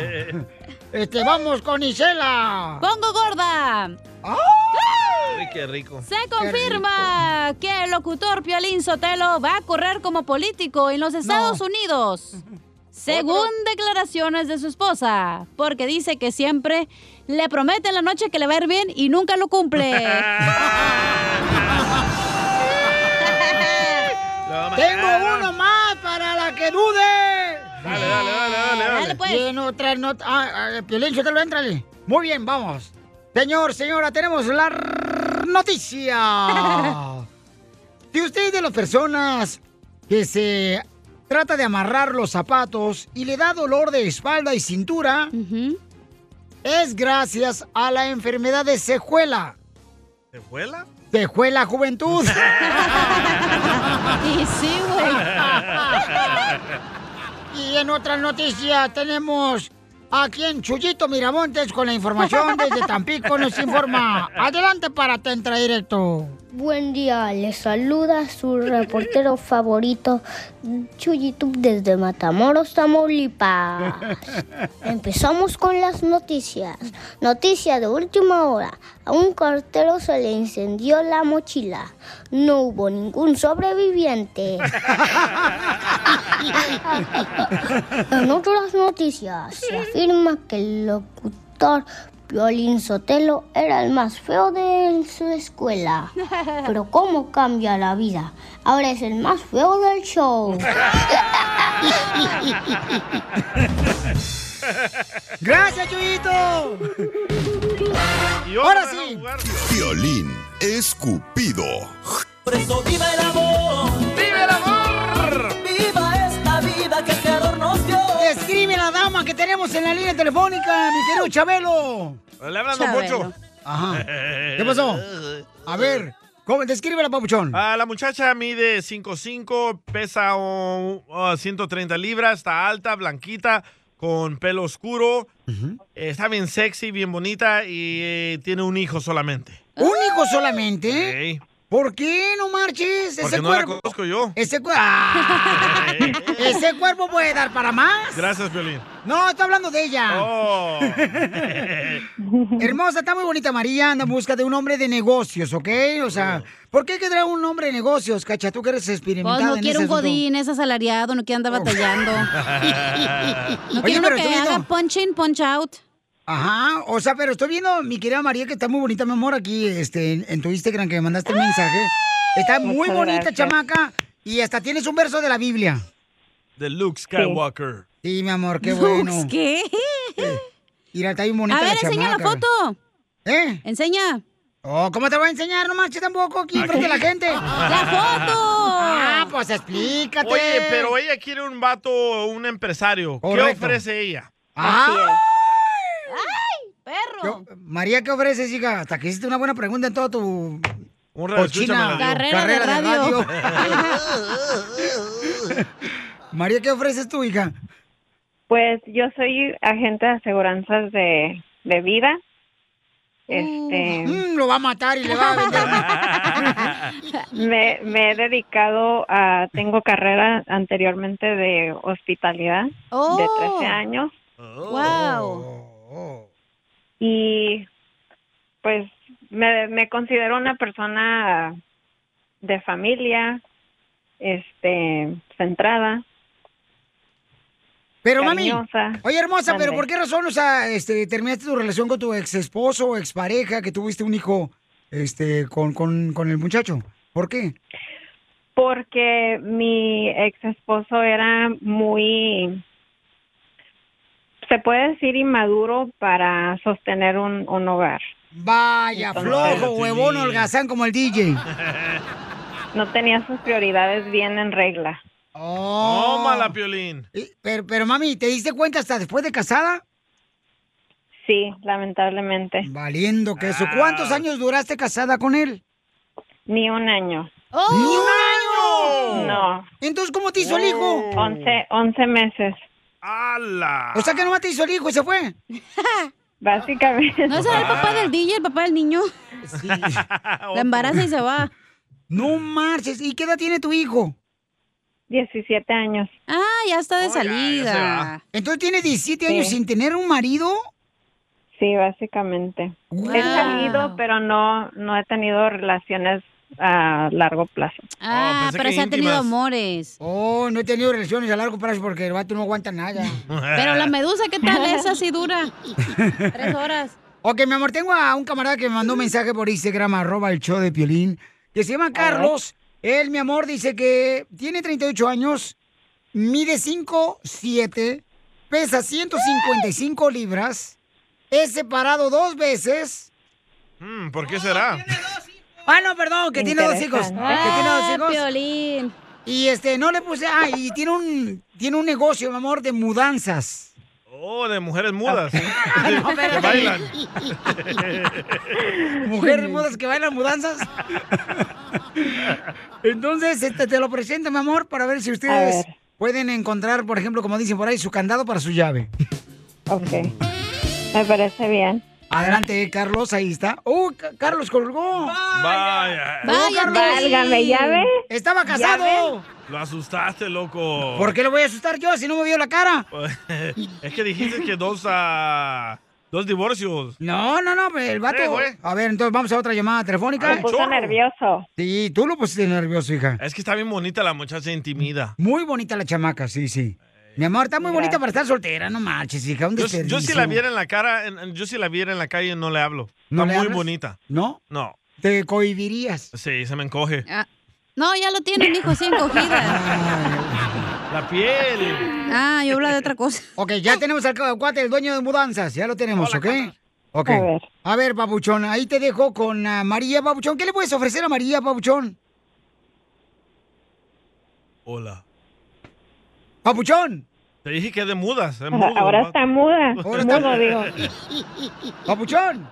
S1: Este, vamos con Isela.
S3: Pongo gorda.
S2: Ay, qué rico.
S3: Se confirma que el locutor Piolín Sotelo va a correr como político en los Estados Unidos. Según declaraciones de su esposa, porque dice que siempre le promete en la noche que le va a ir bien y nunca lo cumple.
S1: Tengo uno más para la que dude.
S2: Dale, dale, dale, dale, dale. Dale, pues.
S1: Y en otra nota. Ah, ah, Piolín, suéltalo, éntrale. Muy bien, vamos. Señor, señora, tenemos la r- noticia. Si usted es de las personas que se trata de amarrar los zapatos y le da dolor de espalda y cintura, es gracias a la enfermedad de secuela.
S2: ¿Te vuela?
S1: Secuela juventud.
S3: y sí,
S1: Y en otras noticias tenemos aquí en Chuyito Miramontes con la información desde Tampico nos informa. Adelante para Tentra Directo.
S17: Buen día, les saluda su reportero favorito, Chuyitub desde Matamoros, Tamaulipas. Empezamos con las noticias. Noticia de última hora. A un cartero se le incendió la mochila. No hubo ningún sobreviviente. En otras noticias, se afirma que el locutor Violín Sotelo era el más feo de su escuela. Pero cómo cambia la vida. Ahora es el más feo del show.
S1: Gracias, Chuyito. Ahora sí.
S9: Violín escupido.
S11: Por eso viva el amor. ¡Viva el amor! ¡Viva esta vida que este amor nos dio!
S1: Escribe la dama que tenemos en la línea telefónica, mi querido Chabelo.
S2: Le hablan Don
S1: Chabelo.
S2: Poncho.
S1: Ajá. ¿Qué pasó?
S2: Eh,
S1: A ver, ¿cómo? Descríbela, papuchón.
S2: Ah, la muchacha mide 5'5", pesa oh, oh, 130 libras, está alta, blanquita, con pelo oscuro, Eh, está bien sexy, bien bonita y eh, tiene un hijo solamente.
S1: ¿Un hijo solamente? ¿Por qué no marches?
S2: Porque
S1: Ese
S2: no la
S1: cuerpo.
S2: conozco yo.
S1: Ese, cu- ¡Ah! Ese cuerpo puede dar para más.
S2: Gracias, Violín.
S1: No, está hablando de ella.
S2: Oh.
S1: Hermosa, está muy bonita María, anda en busca de un hombre de negocios, ¿ok? O sea, ¿por qué querrá un hombre de negocios, Cacha? Tú que eres experimentada
S3: Pues no
S1: en
S3: quiere
S1: ese
S3: un
S1: asunto. Oh.
S3: godín, es asalariado, no quiere andar batallando. No
S1: Oye,
S3: quiere uno
S1: pero
S3: que
S1: estoy viendo-
S3: haga punch in, punch out.
S1: Ajá, o sea, pero estoy viendo, mi querida María, que está muy bonita, mi amor, aquí este, en, en tu Instagram que me mandaste el mensaje. Está muy
S2: Muchas
S1: bonita,
S2: gracias.
S1: chamaca, y hasta tienes un verso de la Biblia.
S2: De Luke Skywalker.
S1: Sí, mi amor, qué
S2: Lux,
S1: bueno.
S3: ¿Qué?
S1: Mira, está bien bonita
S3: A
S1: la
S3: ver, enseña la
S1: chamaca.
S3: foto.
S1: ¿Eh?
S3: Enseña.
S1: Oh, ¿cómo te voy a enseñar? No manches tampoco aquí,
S2: Aquí.
S1: frente a la gente.
S2: ¡La
S3: foto!
S1: Ah, pues explícate.
S2: Oye, pero ella quiere un vato, un empresario. ¿Qué
S1: Correcto.
S2: ofrece ella?
S1: Ah,
S3: ¡Ay, perro!
S1: María, ¿qué ofreces, hija? Hasta que hiciste una buena pregunta en toda tu
S2: Un radio,
S1: cochina
S2: escúchamela, Dios.
S1: carrera de radio. María, ¿qué ofreces tú, hija?
S5: Pues yo soy agente de aseguranzas de, de vida.
S1: Uh.
S5: Este,
S1: Mm, lo va a matar y le va a
S5: me, me he dedicado a, tengo carrera anteriormente de hospitalidad de
S11: Oh.
S5: 13 años
S11: ¡Wow!
S2: Oh.
S5: y pues me, me considero una persona de familia, este, centrada.
S1: Pero mami,
S5: Cariñosa.
S1: oye hermosa, pero
S5: Mande.
S1: ¿por qué razón, o sea, este, terminaste tu relación con tu ex esposo o expareja que tuviste un hijo, este, con, con, con el muchacho? ¿Por qué?
S5: Porque mi ex esposo era muy, se puede decir inmaduro para sostener un, un hogar.
S1: Vaya,
S5: Entonces-
S1: flojo, huevón, holgazán como el DJ.
S5: No tenía sus prioridades bien en regla.
S1: Oh,
S2: Tómala, Piolín.
S1: Y- Pero, pero mami, ¿te diste cuenta hasta después de casada?
S5: Sí, lamentablemente.
S1: Valiendo que
S3: Ah.
S1: eso. ¿Cuántos años duraste casada con él?
S5: Ni Ah. un año.
S1: ¡Oh! ¡Ni un año! ¡No!
S5: No.
S1: Entonces, ¿cómo te hizo el hijo?
S5: 11, 11 meses.
S2: ¡Hala!
S1: O sea que nomás te hizo el hijo y se fue.
S5: Básicamente.
S3: ¿No será el papá del DJ, el papá del niño? La embaraza y se va.
S1: No marches. ¿Y qué edad tiene tu hijo?
S5: 17 años.
S3: Ah, ya está de salida.
S1: Entonces tiene 17
S5: Sí.
S1: años sin tener un marido.
S5: Sí, básicamente.
S1: Wow.
S5: He salido, pero no, no he tenido relaciones a largo plazo.
S3: Ah,
S1: Oh, pensé
S3: pero
S1: que
S3: se ha tenido
S1: íntimas.
S3: amores.
S1: Oh, no he tenido relaciones a largo plazo porque el vato no aguanta nada.
S3: Pero la medusa, ¿qué tal? Esa sí dura. Tres horas.
S1: Eh. Ok, mi amor, tengo a un camarada que me mandó un mensaje por Instagram, arroba el show de Piolín, que se llama Carlos. Él, mi amor, dice que tiene 38 años, mide 5'7", pesa 155 libras, es separado dos veces.
S2: Mm, ¿Por qué será?
S1: Ah, no, perdón, que tiene dos hijos.
S2: Interesante.
S1: que tiene dos
S2: Ah,
S1: hijos. Y este, no le puse, ah, y tiene un, tiene un negocio, mi amor, de mudanzas.
S2: Oh, de mujeres mudas.
S1: Ah, No,
S2: que
S1: espérate.
S2: bailan.
S1: Mujeres mudas que bailan mudanzas. Entonces, este, te lo presento, mi amor, para ver si ustedes
S11: ver.
S1: pueden encontrar, por ejemplo, como dicen por ahí, su candado para su llave.
S5: Ok. Me parece bien.
S1: Adelante, Carlos, ahí está. ¡Uh, Ca- Carlos colgó!
S2: Vaya.
S1: ¡Vaya,
S5: Válgame, ¿ya ve?
S1: ¡Estaba
S5: ¿Ya
S1: casado!
S2: Lo asustaste, loco.
S1: ¿Por qué lo voy a asustar yo si no me vio la cara?
S2: es que dijiste que dos, ah, dos divorcios.
S1: No, no, no, pues, el vato.
S2: Sí, güey.
S1: a ver, entonces vamos a otra llamada telefónica.
S2: Me puso Chorro.
S5: nervioso.
S1: Sí, tú lo pusiste nervioso, hija.
S2: Es que está bien bonita la muchacha intimida.
S1: Muy bonita la chamaca, sí, sí. Mi amor, está muy bonita para estar soltera, no marches, hija. Un
S2: Yo, yo si la
S1: desperdicio.
S2: viera en la cara, en- en- yo si la viera en la calle no le hablo.
S1: ¿No
S2: está
S1: le
S2: muy
S1: hablas?
S2: bonita.
S1: ¿No?
S2: No.
S1: ¿Te cohibirías?
S2: Sí, se me encoge.
S3: Ah, No, ya lo tienen, hijo, así encogida.
S2: La piel.
S3: Ah, yo hablo de otra cosa.
S1: Ok, ya tenemos al cu- cuate, el dueño de mudanzas, ya lo tenemos, ¿ok? Ok.
S11: A
S1: A
S11: ver.
S1: ver. Papuchón, ahí te dejo con ah, María Papuchón. ¿Qué le puedes ofrecer a María Papuchón?
S2: Hola.
S1: Papuchón.
S2: Te dije que es de mudas. es mudo,
S5: Ahora
S2: ¿no?
S5: está muda. Mudo, digo.
S1: Papuchón.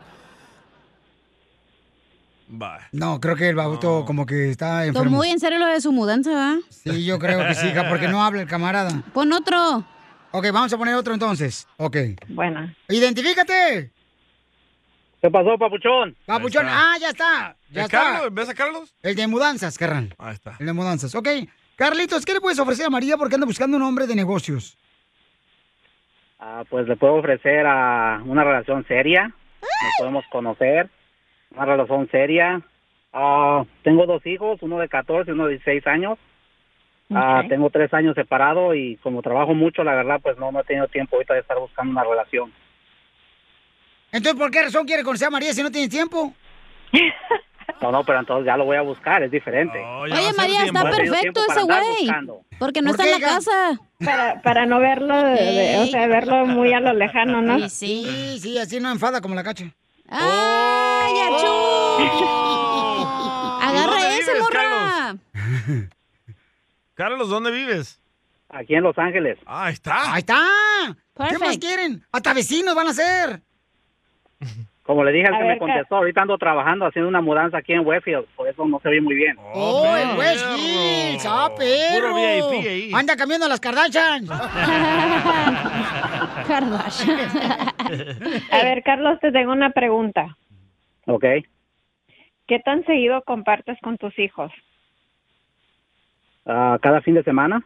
S2: Bye.
S1: No, creo que el babuto como que está
S3: Tomó
S1: enfermo.
S3: muy en serio lo de su mudanza, ¿verdad?
S1: Sí, yo creo que sí, hija, porque no habla el camarada.
S3: Pon otro.
S1: Ok, vamos a poner otro entonces. Ok.
S5: Bueno.
S1: ¡Identifícate!
S18: ¿Qué pasó, Papuchón?
S1: Papuchón,
S18: Ahí está.
S1: ah, ya está. Ya
S18: ¿El
S1: está.
S18: Carlos?
S2: ¿Ves a Carlos?
S1: El de mudanzas, carnal.
S2: Ahí está.
S1: El de mudanzas, ok. Carlitos, ¿qué le puedes ofrecer a María porque anda buscando un hombre de negocios?
S18: Ah, pues le puedo ofrecer a una relación seria. Nos podemos conocer. Una relación seria. Ah, tengo dos hijos, uno de 14 y uno de 16 años. Ah,
S11: Ok.
S18: tengo tres años separado y como trabajo mucho, la verdad, pues no, no he tenido tiempo ahorita de estar buscando una relación.
S1: Entonces, ¿por qué razón quiere conocer a María si no tienes tiempo?
S18: No, no, pero entonces ya lo voy a buscar, es diferente.
S2: Oh,
S3: Oye, María, está perfecto ese güey. Porque no
S5: ¿Por
S3: está
S5: qué,
S3: en la
S5: hija?
S3: casa.
S5: Para, para no verlo, de- de- o sea, verlo muy a lo lejano, ¿no?
S1: Sí, sí, sí, así no enfada como la cacha.
S3: ¡Ay,
S2: Oh. ¿Y
S3: achú! Agarra
S2: dónde
S18: Oh,
S3: ese,
S2: vives,
S3: morra.
S2: Carlos, ¿dónde vives?
S18: Aquí en Los Ángeles.
S2: Ah, ahí está.
S1: Ahí está.
S3: Perfect.
S1: ¿Qué más quieren? Hasta vecinos van a ser.
S18: Como le dije al
S1: A
S18: que
S1: ver,
S18: me contestó, ahorita ando trabajando haciendo una mudanza aquí en Westfield, por eso no se ve muy bien.
S1: Oh, en West Hills, ah, perro.
S18: Puro VIP ahí.
S1: Anda cambiando las Kardashian.
S18: Ah.
S5: A ver, Carlos, te tengo una pregunta.
S18: Ok.
S5: ¿Qué tan seguido compartes con tus hijos
S18: Ah, cada fin de semana.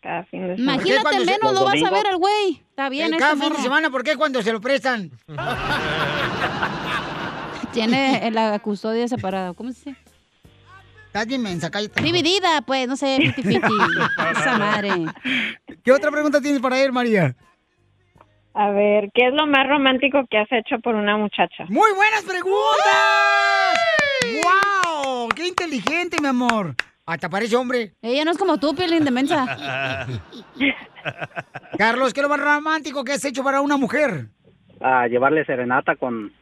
S5: cada fin de semana?
S3: Imagínate, al menos
S18: Los
S3: lo vas a
S18: domingos.
S3: ver al güey. Está bien,
S1: Eh,
S3: esta
S1: Cada fin de
S3: morra.
S1: semana, ¿por qué cuando se lo prestan?
S3: Tiene la custodia separada. ¿Cómo se dice?
S1: Estás bien mensa, cállate.
S3: Dividida, pues, no sé, fifty-fifty. Esa madre.
S1: ¿Qué otra pregunta tienes para él, María?
S5: A ver, ¿qué es lo más romántico que has hecho por una muchacha?
S1: Muy buenas preguntas. ¡Wow! ¡Qué inteligente, mi amor! Hasta parece hombre.
S3: Ella no es como tú, Piolín de mensa.
S1: Carlos, ¿qué es lo más romántico que has hecho para una mujer?
S18: a llevarle serenata con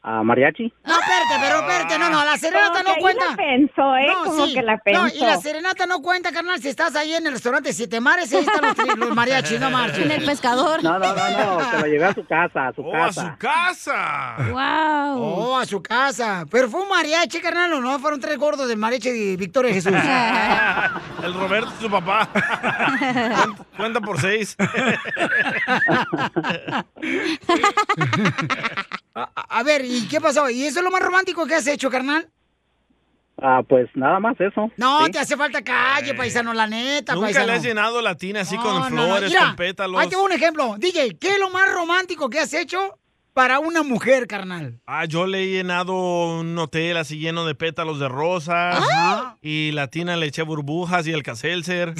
S18: a mariachi.
S1: No, espérate, pero espérate, no, no, la serenata
S5: Como
S1: no
S5: que ahí
S1: cuenta.
S5: la pensó, ¿eh? Como que la
S1: No, y
S5: pensó.
S1: la serenata no cuenta, carnal, si estás ahí en el restaurante Siete Mares, ahí están los, tri- los mariachis, no marches.
S3: En el pescador.
S18: No, no, no, no, se lo llevé a su casa, Oh, a su casa.
S2: casa!
S3: ¡Wow!
S1: Oh, a su casa. Pero fue un mariachi, carnal, ¿o no? Fueron tres gordos del mariachi de Victoria Jesús.
S2: El Roberto, su papá. Cuenta- Cuenta por seis.
S1: A ver, ¿y qué pasó? ¿Y eso es lo más romántico que has hecho, carnal?
S18: Ah, pues nada más eso.
S1: No,
S18: Sí.
S1: te hace falta calle, paisano, la neta,
S2: Nunca
S1: paisano.
S2: le has llenado la tina así con
S1: No, no, no.
S2: flores,
S1: Mira,
S2: con pétalos.
S1: Ahí te voy un ejemplo. DJ, ¿qué es lo más romántico que has hecho para una mujer, carnal?
S2: Ah, yo le he llenado un hotel así lleno de pétalos de rosas. Y la tina le eché burbujas y el caselser.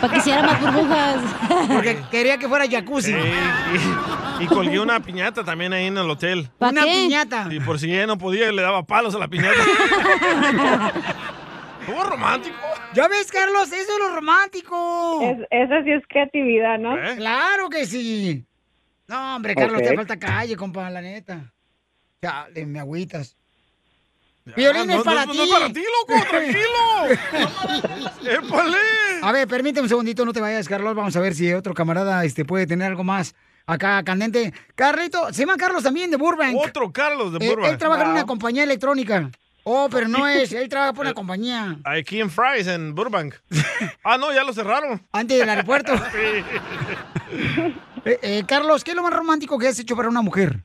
S3: Para que hiciera más burbujas.
S1: Porque quería que fuera jacuzzi.
S2: y, y colgué una piñata también ahí en el hotel.
S1: ¿Pa' Una qué? piñata.
S2: Y por si ella no podía, le daba palos a la piñata. ¿Cómo romántico?
S1: ¿Ya ves, Carlos? Eso es lo romántico.
S5: Es, esa sí es creatividad, ¿no?
S11: ¿Eh?
S1: Claro que sí. No, hombre, Carlos,
S5: Ok.
S1: te falta calle, compa, la neta. Chale, me agüitas. Violín
S11: no,
S1: es para
S11: no,
S1: ti.
S11: no es para ti, loco,
S1: tranquilo. A ver, permíteme un segundito, no te vayas, Carlos. Vamos a ver si otro camarada este, puede tener algo más acá candente. Carlito, se llama Carlos también de Burbank. Eh,
S2: Otro Carlos de
S1: Él-
S2: Burbank.
S1: Él, trabaja en una compañía electrónica. Oh, pero no es, él trabaja por una compañía.
S2: Eh, Aquí en Fries, en Burbank. Ah, no, ya lo cerraron.
S1: Antes del aeropuerto. Eh, eh, Carlos, ¿qué es lo más romántico que has hecho para una mujer?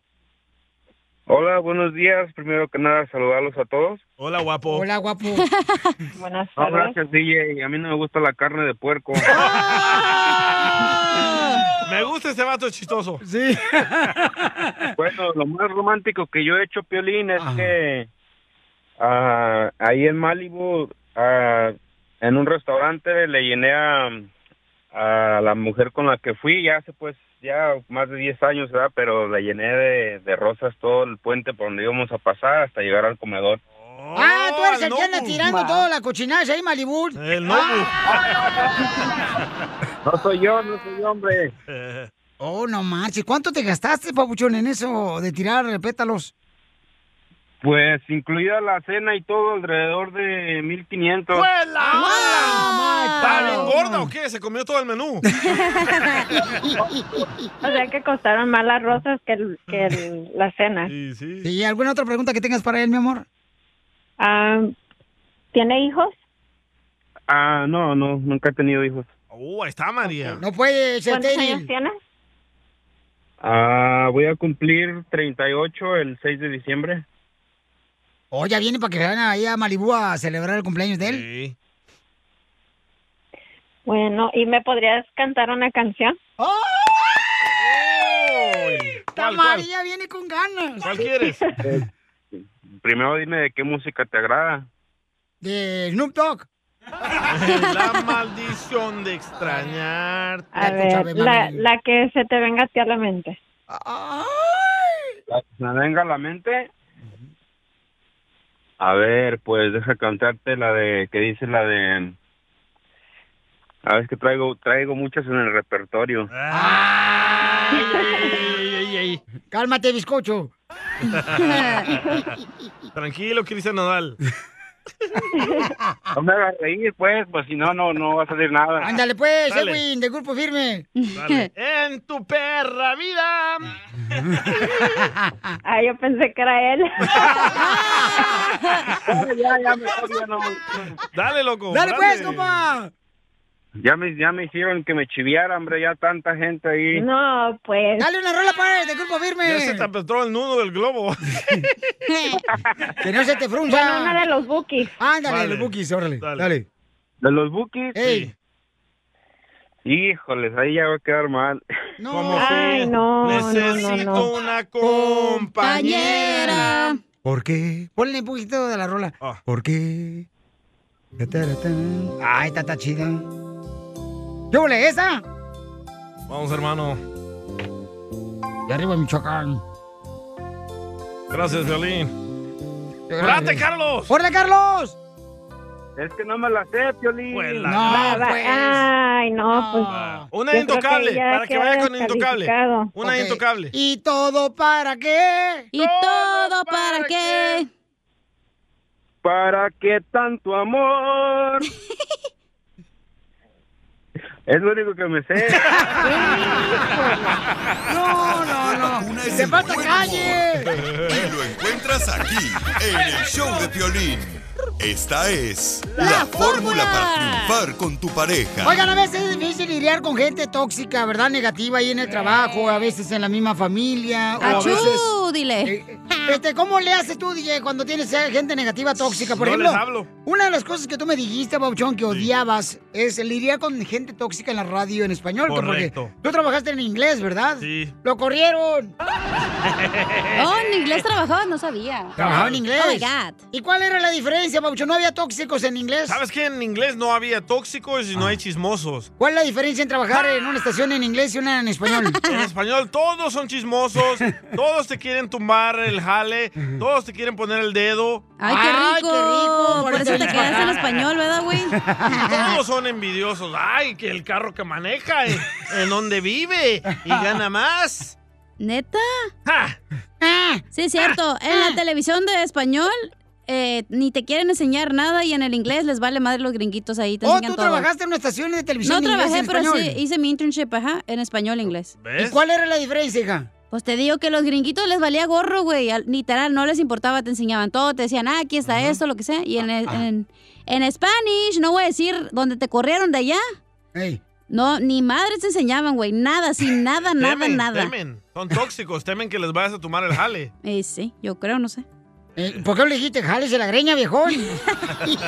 S19: Hola, buenos días. Primero que nada, saludarlos a todos.
S2: Hola, guapo.
S1: Hola, guapo.
S5: Buenas
S19: No, gracias, DJ. A mí no me gusta la carne de puerco.
S2: Me gusta este vato chistoso.
S1: Sí.
S19: bueno, lo más romántico que yo he hecho, Piolín, es que ah, ahí en Malibu, ah, en un restaurante, le llené a, a la mujer con la que fui, ya hace pues ya más de 10 años, ¿verdad? Pero la llené de, de rosas todo el puente por donde íbamos a pasar hasta llegar al comedor.
S1: ah, tú eres el que anda tirando toda la cochinada ahí, Malibu.
S2: El
S19: No soy yo, no soy yo, hombre.
S1: Oh, no manches. ¿Cuánto te gastaste, papuchón, en eso de tirar pétalos?
S19: Pues incluida la cena y todo alrededor de 1500.
S2: Pues,
S1: Pues,
S2: ¿Está bien gorda o qué? ¿Se comió todo el menú?
S5: O sea que costaron más las rosas que, el- que el- la cena.
S2: Sí, sí.
S1: ¿Y alguna otra pregunta que tengas para él, mi amor?
S5: Ah, ¿Tiene hijos?
S19: Ah, no, no, nunca he tenido hijos.
S2: Uh, ahí está María.
S1: No puede ser
S5: ¿Cuántos
S1: estéril.
S5: años tienes?
S19: Ah, voy a cumplir 38 el 6 de diciembre.
S1: Oh, ya viene para que vayan ahí a Malibu a celebrar el cumpleaños de él.
S2: Sí.
S5: Bueno, ¿y me podrías cantar una canción?
S1: Oh, Esta María viene con ganas.
S2: ¿Cuál quieres?
S19: Primero dime de qué música te agrada.
S1: De Snoop Dogg.
S2: La maldición de extrañarte.
S5: A ver, la, la que se te venga a ti a la mente.
S19: La que se me venga a la mente. A ver, pues deja cantarte la de que dice la de A ver, es que traigo traigo muchas en el repertorio.
S1: Ah. Cálmate, bizcocho.
S2: Tranquilo, Cristian Nadal.
S19: No me hagas reír, pues, pues si no no no va a salir nada.
S1: Ándale, pues,
S19: Dale.
S1: Edwin, de Grupo Firme.
S19: Dale.
S2: En tu perra vida.
S5: Ah, yo pensé que era él.
S19: ya, ya, mejor ya no.
S2: Dale, loco.
S1: Dale, pues, compa.
S19: Ya me ya me hicieron que me chiviara, hombre, ya tanta gente ahí.
S5: No, pues.
S1: Dale una rola para él, de Grupo Firme.
S2: Ya se te apretó el nudo del globo.
S1: que no se te frunza.
S5: Bueno, una de los bookies.
S1: Ándale,
S19: Vale.
S1: los bookies, órale. Dale.
S19: ¿De los Bookies?
S1: Ey.
S19: Híjoles, ahí ya va a quedar mal.
S2: Como que necesito una compañera.
S1: ¿Por qué? Ponle un poquito de la rola.
S2: Ah.
S1: ¿Por qué? Ta, ta, ta, ta. Ay, está, está chida. ¿Qué huele esa?
S2: Vamos, hermano.
S1: De arriba, Michoacán.
S2: Gracias, Violín. ¡Grate, Carlos!
S1: ¡Hola, Carlos!
S19: Es que no me la sé, Piolín.
S5: pues, Va, va. Ay, no, pues.
S2: Ah, Una
S1: Ah, Yo
S2: intocable,
S1: creo que ya
S2: para que
S1: queda
S2: vaya con intocable.
S1: descalificado.
S2: Una
S1: Ok.
S2: intocable.
S1: ¿Y todo para qué?
S3: ¿Y todo para qué?
S11: ¿Para qué tanto amor?
S19: Es lo único que me sé.
S1: No, no, no. ¡Te falta calle!
S9: Y lo encuentras aquí, en el show de Piolín. Esta es la, fórmula para triunfar con tu pareja.
S1: Oigan, a veces es difícil lidiar con gente tóxica, ¿verdad? Negativa ahí en el trabajo, a veces en la misma familia. O a
S3: Achú,
S1: veces,
S3: dile.
S1: este, ¿Cómo le haces tú, DJ, cuando tienes gente negativa tóxica? Por
S2: No
S1: ejemplo,
S2: les hablo.
S1: una de las cosas que tú me dijiste, Bauchón, que odiabas, es lidiar con gente tóxica en la radio en español. que
S2: Correcto.
S1: Porque tú trabajaste en inglés, ¿verdad?
S2: Sí.
S1: Lo corrieron.
S3: Oh, en inglés trabajaba, no sabía.
S1: Trabajaba en inglés.
S3: Oh my God.
S1: ¿Y cuál era la diferencia, Bauchón? ¿No había tóxicos en inglés?
S2: ¿Sabes qué? En inglés no había tóxicos y no hay chismosos.
S1: ¿Cuál es la diferencia en trabajar en una estación en inglés y una en español?
S2: En español todos son chismosos, todos te quieren tumbar el jale, todos te quieren poner el dedo.
S3: Ay, qué rico. Por eso te quedas en español, ¿verdad, güey?
S2: Todos son envidiosos. Ay, que el carro que maneja, eh, en donde vive y gana más.
S3: ¿Neta? Sí, es cierto. En la televisión de español eh, ni te quieren enseñar nada y en el inglés les vale madre los gringuitos ahí. Te
S1: Oh,
S3: enseñan
S1: tú
S3: todo.
S1: trabajaste en una estación de televisión
S3: No
S1: en inglés y
S3: trabajé,
S1: en
S3: pero sí
S1: español.
S3: hice mi internship, ajá, en español e inglés.
S1: ¿Y cuál era la diferencia, hija?
S3: Pues te digo que los gringuitos les valía gorro, güey. al- Literal, no les importaba, te enseñaban todo, te decían, ah, aquí está esto, lo que sea. Y en, el-
S1: Ah.
S3: en, en Spanish, no voy a decir donde te corrieron de allá. No, ni madres te enseñaban, güey. Nada, sin nada, nada,
S2: temen,
S3: nada.
S2: Temen, son tóxicos, temen que les vayas a tomar el jale.
S3: Eh, sí, yo creo, no sé.
S1: Eh, ¿Por qué le dijiste jálese la greña, viejón?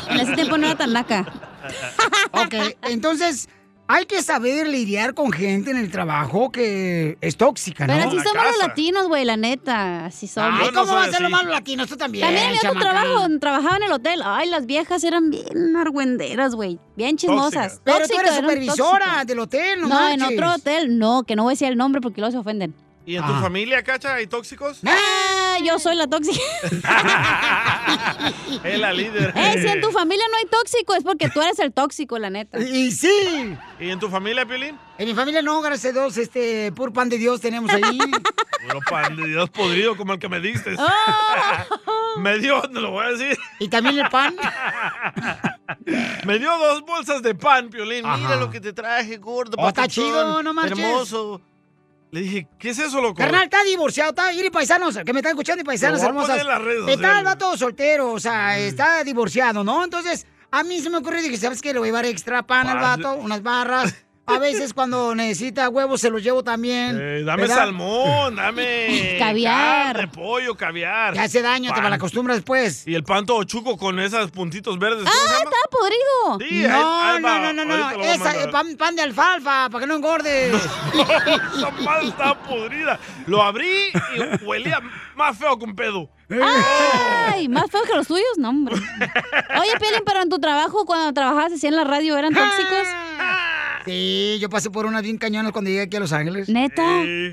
S3: En ese tiempo no era tan naca.
S1: ok, entonces hay que saber lidiar con gente en el trabajo que es tóxica, ¿no?
S3: Pero así somos los latinos, güey, la neta. Así somos.
S1: Ay, ¿cómo va a ser lo malo latinos? Tú también,
S3: También había otro
S1: chamaca.
S3: trabajo, trabajaba en el hotel. Ay, las viejas eran bien argüenderas, güey. Bien chismosas.
S1: Tóxicas. Pero tú
S3: Tóxicas,
S1: eres
S3: eran
S1: supervisora
S3: tóxicas.
S1: del hotel, no
S3: No, en
S1: marches.
S3: otro hotel, no, que no voy a decir el nombre porque luego se ofenden.
S2: ¿Y en tu
S3: Ah.
S2: familia, Cacha, hay tóxicos?
S3: Ah, yo soy la tóxica.
S2: Es la líder.
S3: Ey, Eh, si en tu familia no hay tóxico, es porque tú eres el tóxico, la neta.
S1: Y sí.
S2: ¿Y en tu familia, Piolín?
S1: En mi familia no, gracias a Dios, este, pur pan de Dios tenemos ahí.
S2: Puro pan de Dios podrido como el que me diste. me dio, te lo voy a decir.
S1: Ah. ¿Y también el pan?
S2: me dio dos bolsas de pan, Piolín. Mira
S11: Ajá.
S2: lo que te traje, gordo.
S1: Oh, está
S2: papuchón,
S1: chido, no marches.
S2: Hermoso. Le dije, ¿qué es eso, loco?
S1: Carnal, está divorciado, está. Y paisanos, que me están escuchando y paisanos
S2: Lo voy a poner
S1: hermosas.
S2: en las redes
S1: está
S2: sociales. Mm.
S1: el vato soltero, o sea, está divorciado, ¿no? Entonces, a mí se me ocurrió, dije, ¿sabes qué? Le voy a llevar extra pan al
S2: Pan.
S1: vato, unas barras. A veces cuando necesita huevos se los llevo también.
S2: Eh, dame
S1: ¿verdad?
S2: salmón, dame.
S1: Caviar.
S2: Eh, Carne, pollo, caviar.
S1: Te hace daño, te
S2: Pan.
S1: malacostumbras después.
S2: Y el pan todo chuco con esos puntitos verdes. ¿cómo se
S3: ¡Ah,
S2: llama?
S3: estaba podrido!
S2: Sí, ahí-
S1: no,
S2: ahí va,
S1: no, no, no,
S2: ahorita
S1: no,
S2: lo voy a
S1: Esa,
S2: mandar.
S1: eh, pan, pan de alfalfa, para que no engorde.
S2: Esa madre estaba podrida. Lo abrí y huelía más feo que un pedo.
S1: Ah.
S3: ¡Ay! Más feo que los tuyos, no, hombre. Oye, Pielin, pero en tu trabajo, cuando trabajabas así en la radio, ¿eran tóxicos?
S1: Ah. Sí, yo pasé por unas bien cañonas cuando llegué aquí a Los Ángeles.
S3: ¿Neta?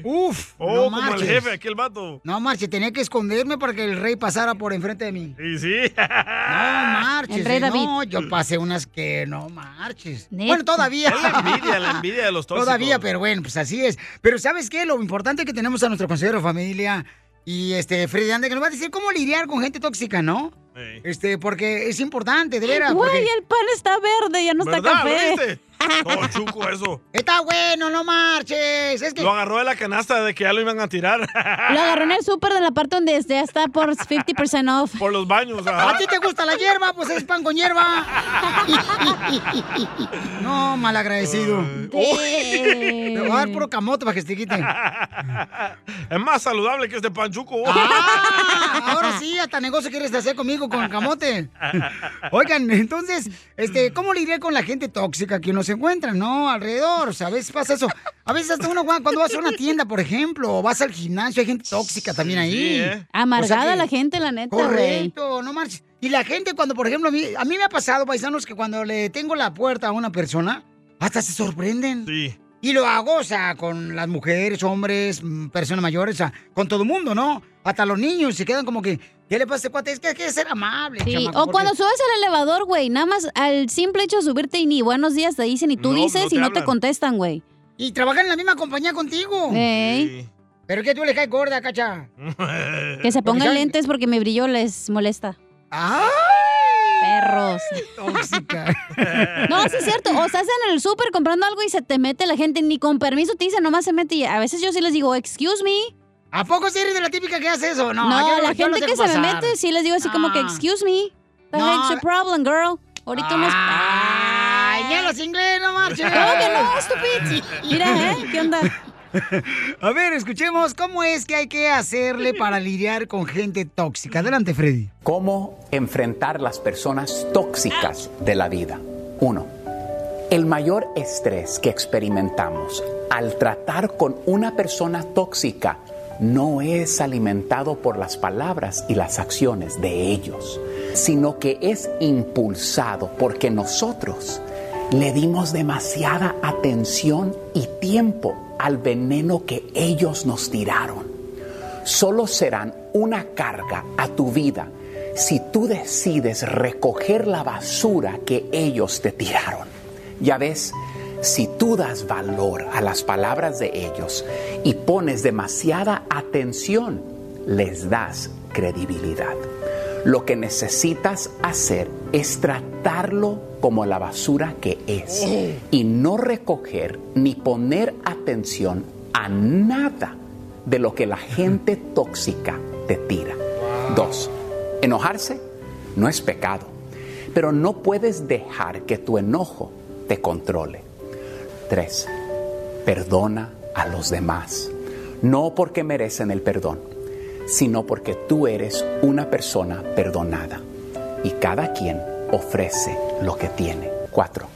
S1: Uf.
S2: Oh, como el
S1: marches.
S2: jefe, aquel vato.
S1: No marche, tenía que esconderme para que el rey pasara por enfrente de mí.
S2: Y sí.
S1: No marches.
S2: El rey
S1: eh,
S2: David.
S1: No, yo pasé unas que no marches. Bueno, todavía.
S2: Es la envidia, la envidia de los tóxicos.
S1: Todavía, pero bueno, pues así es. Pero ¿sabes qué? Lo importante que tenemos a nuestro consejero de familia y este Freddy Ande, que nos va a decir cómo lidiar con gente tóxica, ¿no? Este, porque es importante, de veras.
S3: Güey,
S1: porque-
S3: el pan está verde, ya no está
S2: ¿Verdad? ¿Lo
S3: café.
S2: viste? Todo chuco eso.
S1: Está bueno, no marches. Es que
S2: Lo agarró de la canasta de que ya lo iban a tirar.
S3: Lo agarró en el súper de la parte donde ya está por 50% off.
S2: Por los baños,
S1: a ti te gusta la hierba, pues es pan con hierba. no, malagradecido.
S2: Uy.
S1: Te voy a dar puro camote para que se te quite.
S2: Es más saludable que este panchuco.
S1: Ah, Ahora sí, hasta negocio quieres hacer conmigo con camote. Oigan, entonces, este, ¿cómo lidiar con la gente tóxica que uno se encuentra, no? Alrededor, o sea, a veces pasa eso. A veces hasta uno, cuando vas a una tienda, por ejemplo, o vas al gimnasio, hay gente tóxica también ahí.
S3: Amargada
S1: O sea que-
S3: la gente, la neta, güey.
S1: Correcto, no marches. Y la gente cuando, por ejemplo, a mí, a mí me ha pasado, paisanos, que cuando le tengo la puerta a una persona, hasta se sorprenden.
S2: Sí.
S1: Y lo hago, o sea, con las mujeres, hombres, mm, personas mayores, o sea, con todo el mundo, ¿no? Hasta los niños se quedan como que, ¿qué le pasa a este cuate? Es que hay que ser amable.
S3: Sí,
S1: chamaco,
S3: O
S1: porque-
S3: cuando subes al elevador, güey, nada más al simple hecho de subirte y ni buenos días te dicen y tú
S1: No,
S3: dices
S1: no te
S3: y no te
S1: hablan.
S3: contestan, güey.
S1: Y trabajan en la misma compañía contigo. Pero que tú le caes gorda, cacha.
S3: Que se
S1: Porque
S3: pongan
S1: saben-
S3: lentes porque mi brillo les molesta. Perros. No, sí es cierto. O estás en el súper comprando algo y se te mete la gente, ni con permiso te dice, nomás se mete. Y a veces yo sí les digo, excuse me.
S1: ¿A poco sí eres de la típica que hace eso? No,
S3: No,
S1: yo- yo
S3: la
S1: lo
S3: gente
S1: sé
S3: que se me
S1: pasar.
S3: mete sí les digo así como que,
S1: Ah.
S3: excuse me. The
S1: No,
S3: heck's your
S1: la-
S3: problem, girl? Ahorita unos...
S1: Ay, ya los inglés no marchen.
S3: ¿Cómo que no, estúpido? Mira, ¿eh? ¿Qué onda?
S1: A ver, escuchemos cómo es que hay que hacerle para lidiar con gente tóxica. Adelante, Freddy.
S20: ¿Cómo enfrentar las personas tóxicas de la vida? Uno, el mayor estrés que experimentamos al tratar con una persona tóxica no es alimentado por las palabras y las acciones de ellos, sino que es impulsado porque nosotros le dimos demasiada atención y tiempo al veneno que ellos nos tiraron solo serán una carga a tu vida si tú decides recoger la basura que ellos te tiraron. Ya ves, si tú das valor a las palabras de ellos y pones demasiada atención, les das credibilidad. Lo que necesitas hacer es tratarlo como la basura que es y no recoger ni poner atención a nada de lo que la gente tóxica te tira. Dos, enojarse no es pecado, pero no puedes dejar que tu enojo te controle. Tres, perdona a los demás, no porque merecen el perdón, sino porque tú eres una persona perdonada y cada quien ofrece lo que tiene. Cuatro,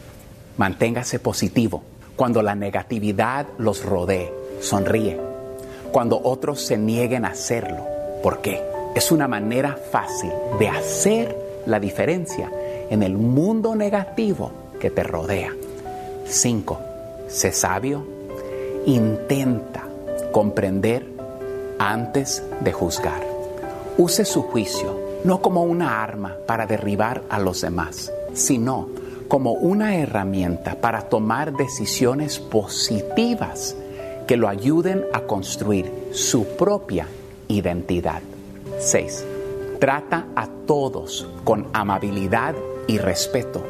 S20: manténgase positivo. Cuando la negatividad los rodee, sonríe. Cuando otros se nieguen a hacerlo, ¿por qué? Es una manera fácil de hacer la diferencia en el mundo negativo que te rodea. Cinco, Sé sabio, intenta comprender antes de juzgar. Use su juicio no como una arma para derribar a los demás, sino como una herramienta para tomar decisiones positivas que lo ayuden a construir su propia identidad. 6. Trata a todos con amabilidad y respeto,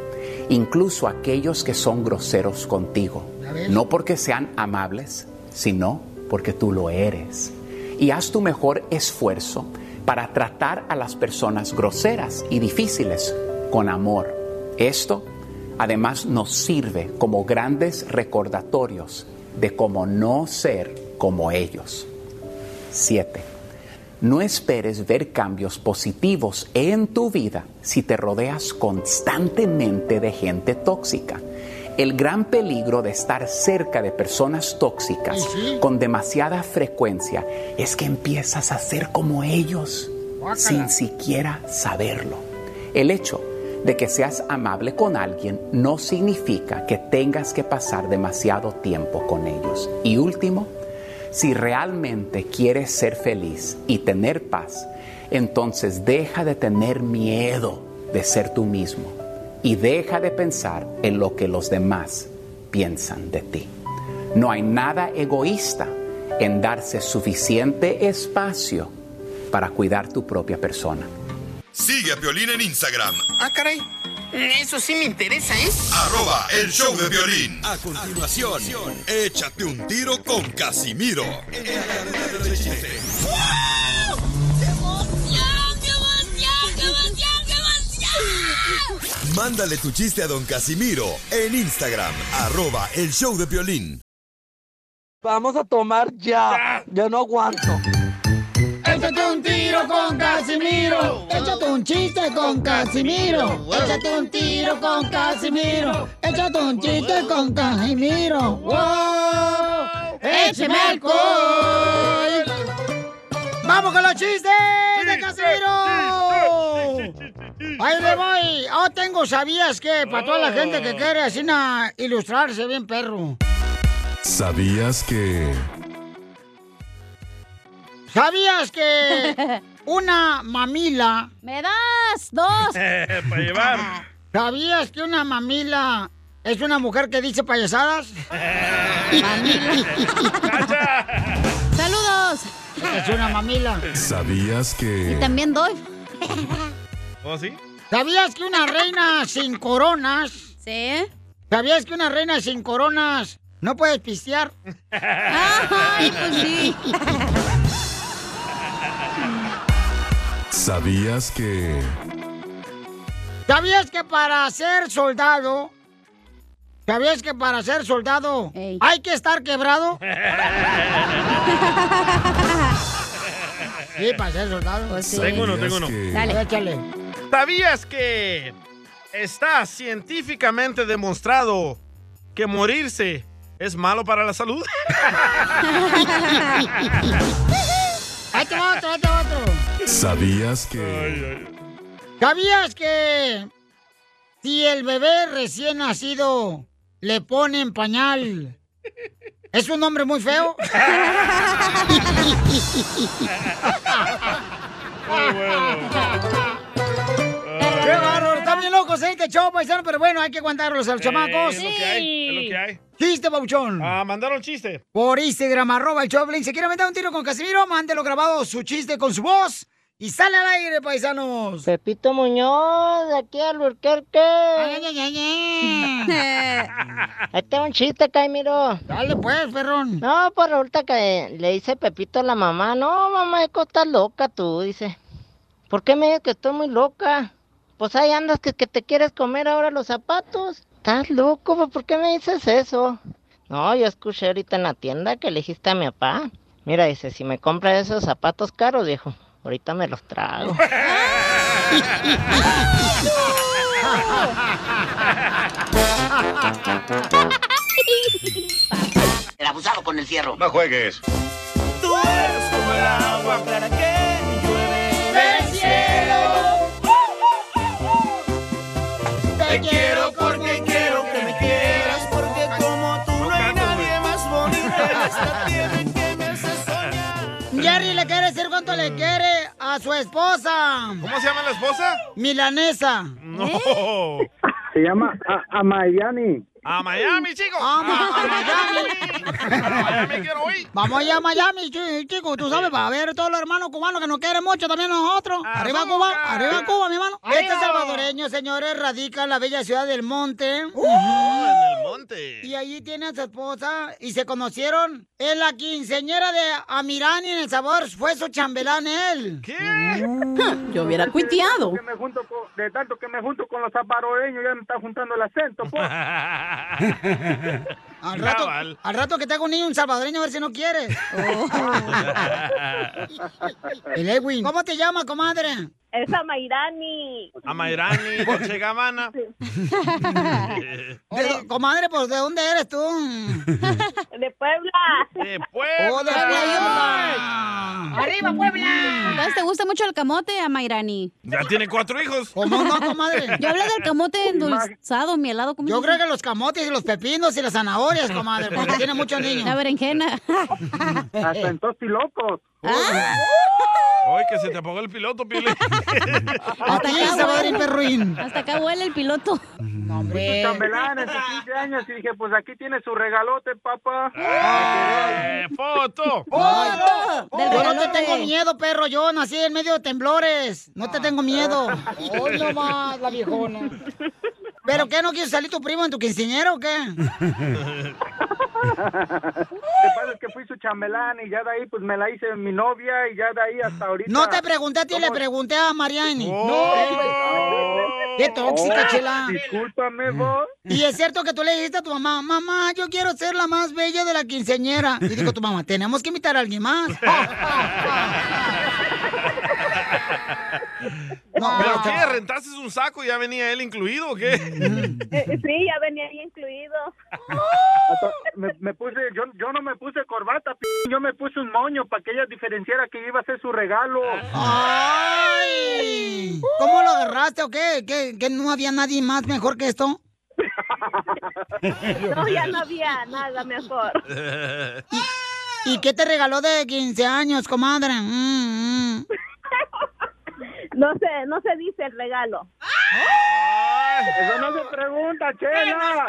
S20: incluso aquellos que son groseros contigo, no porque sean amables, sino porque tú lo eres. Y haz tu mejor esfuerzo para tratar a las personas groseras y difíciles con amor. Esto además nos sirve como grandes recordatorios de cómo no ser como ellos. 7. No esperes ver cambios positivos en tu vida si te rodeas constantemente de gente tóxica. El gran peligro de estar cerca de personas tóxicas con demasiada frecuencia es que empiezas a ser como ellos sin siquiera saberlo. El hecho de que seas amable con alguien no significa que tengas que pasar demasiado tiempo con ellos. Y último, si realmente quieres ser feliz y tener paz, entonces deja de tener miedo de ser tú mismo y deja de pensar en lo que los demás piensan de ti. No hay nada egoísta en darse suficiente espacio para cuidar tu propia persona.
S9: Sigue a Piolín en Instagram,
S11: Ah, caray. Eso sí me interesa, ¿eh? ¿es?
S9: arroba el show de Piolín. A continuación, échate un tiro con Casimiro. Mándale tu chiste a don Casimiro en Instagram, arroba el show de Piolín.
S4: Vamos a tomar ya. Ya no aguanto.
S1: Échate un tiro con Casimiro. Échate un chiste con Casimiro. Échate un tiro con Casimiro. Échate un chiste con Casimiro. ¡Wow! ¡Écheme alcohol! ¡Vamos con los chistes de Casimiro! ¡Ahí le voy! ¡Oh, tengo sabías que! Para toda la gente que quiere así na, ilustrarse bien, perro.
S21: ¿Sabías que...
S1: ¿Sabías que una mamila...
S3: ¡Me das dos!
S2: Eh, pues, Para llevar.
S1: ¿Sabías que una mamila ¿Es una mujer que dice payasadas?
S3: ¡Saludos!
S1: Es una mamila.
S21: ¿Sabías que...
S3: También doy.
S2: ¿Oh, sí?
S1: ¿Sabías que una reina sin coronas? Sí. ¿Sabías que una reina sin coronas no puedes pistear?
S3: Ay, pues sí.
S21: ¿Sabías que...
S1: ¿Sabías que para ser soldado? ¿Sabías que para ser soldado hay que estar quebrado? Pues Sí, para ser soldado.
S2: Tengo uno, tengo uno.
S1: Dale. Échale.
S2: ¿Sabías que está científicamente demostrado que morirse es malo para la salud?
S1: Ahí te va otro, ahí te va otro.
S21: ¿Sabías que...
S1: ¿Sabías que si el bebé recién nacido le ponen pañal, es un hombre muy feo? ¡Qué bárbaro! Están bien locos, ¿eh? Este show, paisano, pero bueno, hay que aguantarlos a los
S2: Eh,
S1: chamacos.
S2: es lo que hay, es lo que hay.
S1: ¡Chiste, Pauchón!
S2: Ah, mandaron chiste.
S1: Por Instagram, arroba el Choplin. ¿Se quiere meter un tiro con Casimiro? Mándelo grabado su chiste con su voz. Y sale al aire, paisanos.
S6: Pepito Muñoz, de aquí a Lurquerque. Ay,
S1: ay, ay,
S6: ay. Este es un chiste, Caimiro.
S1: Dale, pues, perrón.
S6: No, pues resulta que le dice Pepito a la mamá, no, mamá, es que estás loca tú, dice. ¿Por qué me dices que estoy muy loca? Pues ahí andas que, que te quieres comer ahora los zapatos. Estás loco, pues, ¿por qué me dices eso? No, yo escuché ahorita en la tienda que le dijiste a mi papá. Mira, dice, si me compra esos zapatos caros, viejo, ahorita me los trago.
S22: El abusado con el cierro. No juegues.
S11: Tú eres como el agua clara que llueve del cielo. Te quiero porque quiero que me quieras, porque como tú no hay nadie más bonito en esta tierra y que me hace soñar.
S1: Jerry le quiere decir cuánto le quiere a su esposa.
S2: ¿Cómo se llama la esposa?
S1: Milanesa. ¿Eh?
S2: No.
S13: Se llama a, a Miami.
S2: A Miami, chicos.
S1: A, Ma-
S2: Ah,
S1: a Miami. Vamos allá a Miami, chi- chicos. Tú sabes, para ver todos los hermanos cubanos que nos quieren mucho también nosotros.
S2: Ah,
S1: Arriba Cuba, arriba Cuba, mi hermano.
S11: Arriba.
S1: Este salvadoreño, señores, radica en la bella ciudad del Monte.
S2: Oh, en el monte.
S1: Y allí tiene a su esposa y se conocieron. En la quinceñera de Amirani en El Sabor fue su chambelán él. ¿Qué?
S13: Yo De tanto que me junto con, de tanto que me junto con los zaparoreños, ya me está juntando el acento, pues.
S1: Al rato, al rato que te haga un niño un salvadoreño a ver si no quieres. El Edwin. ¿Cómo te llamas, comadre?
S5: Es Amairani.
S2: A Mayrani, Dolce Gabbana.
S1: De do- comadre, pues, ¿de dónde eres tú?
S5: De Puebla.
S2: De
S1: Oh, de Puebla.
S3: ¡Arriba, Puebla! Entonces, ¿te gusta mucho el camote, Amairani?
S2: Ya tiene cuatro hijos.
S1: ¿Cómo no, comadre?
S3: Yo hablo del camote endulzado, mi helado.
S1: Yo creo que los camotes y los pepinos y las zanahorias, comadre, porque tiene muchos niños.
S3: La berenjena.
S13: Hasta en tostilocos.
S3: Ah.
S2: Ay, que se te apagó el piloto, Piolín.
S1: Hasta acá,
S13: Salvadorín
S3: huele-
S13: Perruín.
S3: Hasta acá huele el piloto. No,
S13: Fui su chambelán hace 15 años y dije, pues aquí tiene su regalote, papá.
S2: ¡Foto!
S1: ¡Foto!
S13: Del
S1: Yo no te
S13: regalote.
S1: tengo miedo, perro. Yo nací en medio de temblores. No te tengo miedo. Hoy no más, la viejona. ¿Pero qué? ¿No quiso salir tu primo en tu quinceañera o qué?
S13: Lo que pasa es que fui su chambelán y ya de ahí pues me la hice mi novia y ya de ahí hasta ahorita.
S1: No te pregunté a ti, le pregunté a Mariani. No. Qué tóxica,
S13: Oh,
S1: chela. Mm.
S13: Discúlpame vos.
S1: Y es cierto que tú le dijiste a tu mamá, mamá, yo quiero ser la más bella de la quinceañera. Y dijo tu mamá, tenemos que invitar a alguien más.
S2: ¿Pero qué? ¿Rentaste un saco y ya venía él incluido o qué?
S11: Mm.
S5: pues, eh,
S13: Sí, ya venía ahí incluido. me, me puse, yo, yo no me puse corbata, p yo me puse un moño para que ella diferenciara que iba a ser su regalo.
S1: ¡Ay! ¿Cómo lo agarraste o qué? ¿Qué, qué no había nadie más mejor que esto?
S5: No, ya no había nada mejor.
S1: ¿Y qué te regaló de 15 años, comadre? Mm, mm.
S5: No se, no se dice el regalo.
S13: Eso no se pregunta, Chela.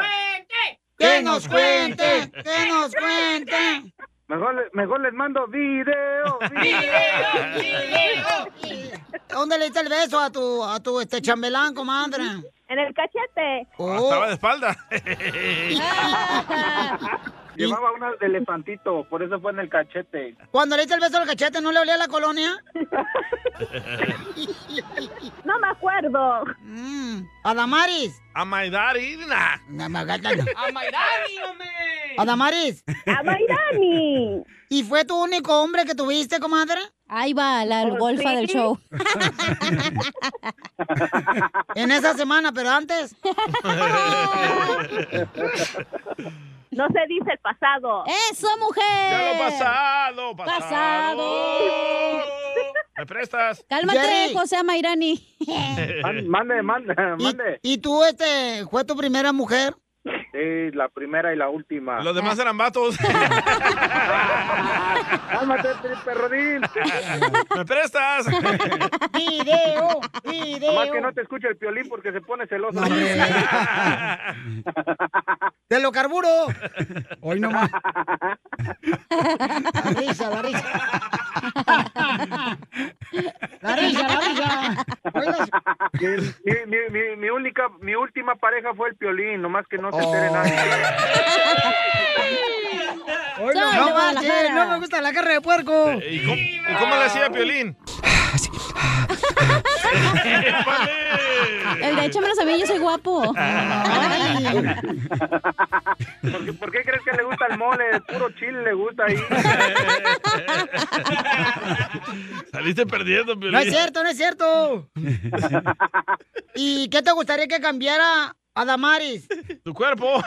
S1: ¡Que nos cuente! ¡Que nos cuente!
S13: Mejor, le- mejor les mando video.
S1: ¿Dónde le diste el beso a tu, a tu este chambelán, comadre?
S5: En el cachete.
S2: Ah, Estaba de espalda.
S13: Llevaba una de elefantito, por eso fue en el cachete.
S1: Cuando le diste el beso al cachete, ¿no le olía la colonia?
S5: No me acuerdo.
S1: Mm, Adamaris.
S2: A my daddy, nah.
S1: A Mayrani, hombre. Adamaris. A Mayrani. ¿Y fue tu único hombre que tuviste, comadre?
S3: Ahí va la
S5: Pues
S3: golfa del show.
S1: en esa semana, pero antes.
S5: No se dice el pasado.
S3: ¡Eso, mujer!
S2: Ya lo pasado, pasado. ¿Me prestas?
S3: Cálmate, José Amairani.
S13: mande, mande, mande.
S1: ¿Y tú, este, fue tu primera mujer?
S13: Sí, la primera y la última.
S2: Los demás eran vatos.
S13: Cálmate, tri- perrodín.
S2: ¿Me prestas?
S1: Video, video.
S13: Más que no te escuche el piolín porque se pone celoso.
S1: ¡Te lo carburo! Hoy nomás. La risa, la risa. La risa, la risa.
S13: mi, mi- mi- mi- mi única, mi última pareja fue el piolín, nomás que no se
S1: Oh.
S13: entere nadie.
S1: Hoy no,
S13: Soy de
S1: no, marches,
S13: Guadalajara.
S1: no me gusta la carne de puerco.
S2: Eh, ¿Y cómo, y cómo le hacía Piolín?
S3: El de hecho me lo sabía, yo soy guapo.
S13: ¿Por qué crees que le gusta el mole? El puro chile le gusta ahí.
S2: Saliste perdiendo, Piolín.
S1: No es cierto, no es cierto. ¿Y qué te gustaría que cambiara a Damaris?
S2: Tu cuerpo.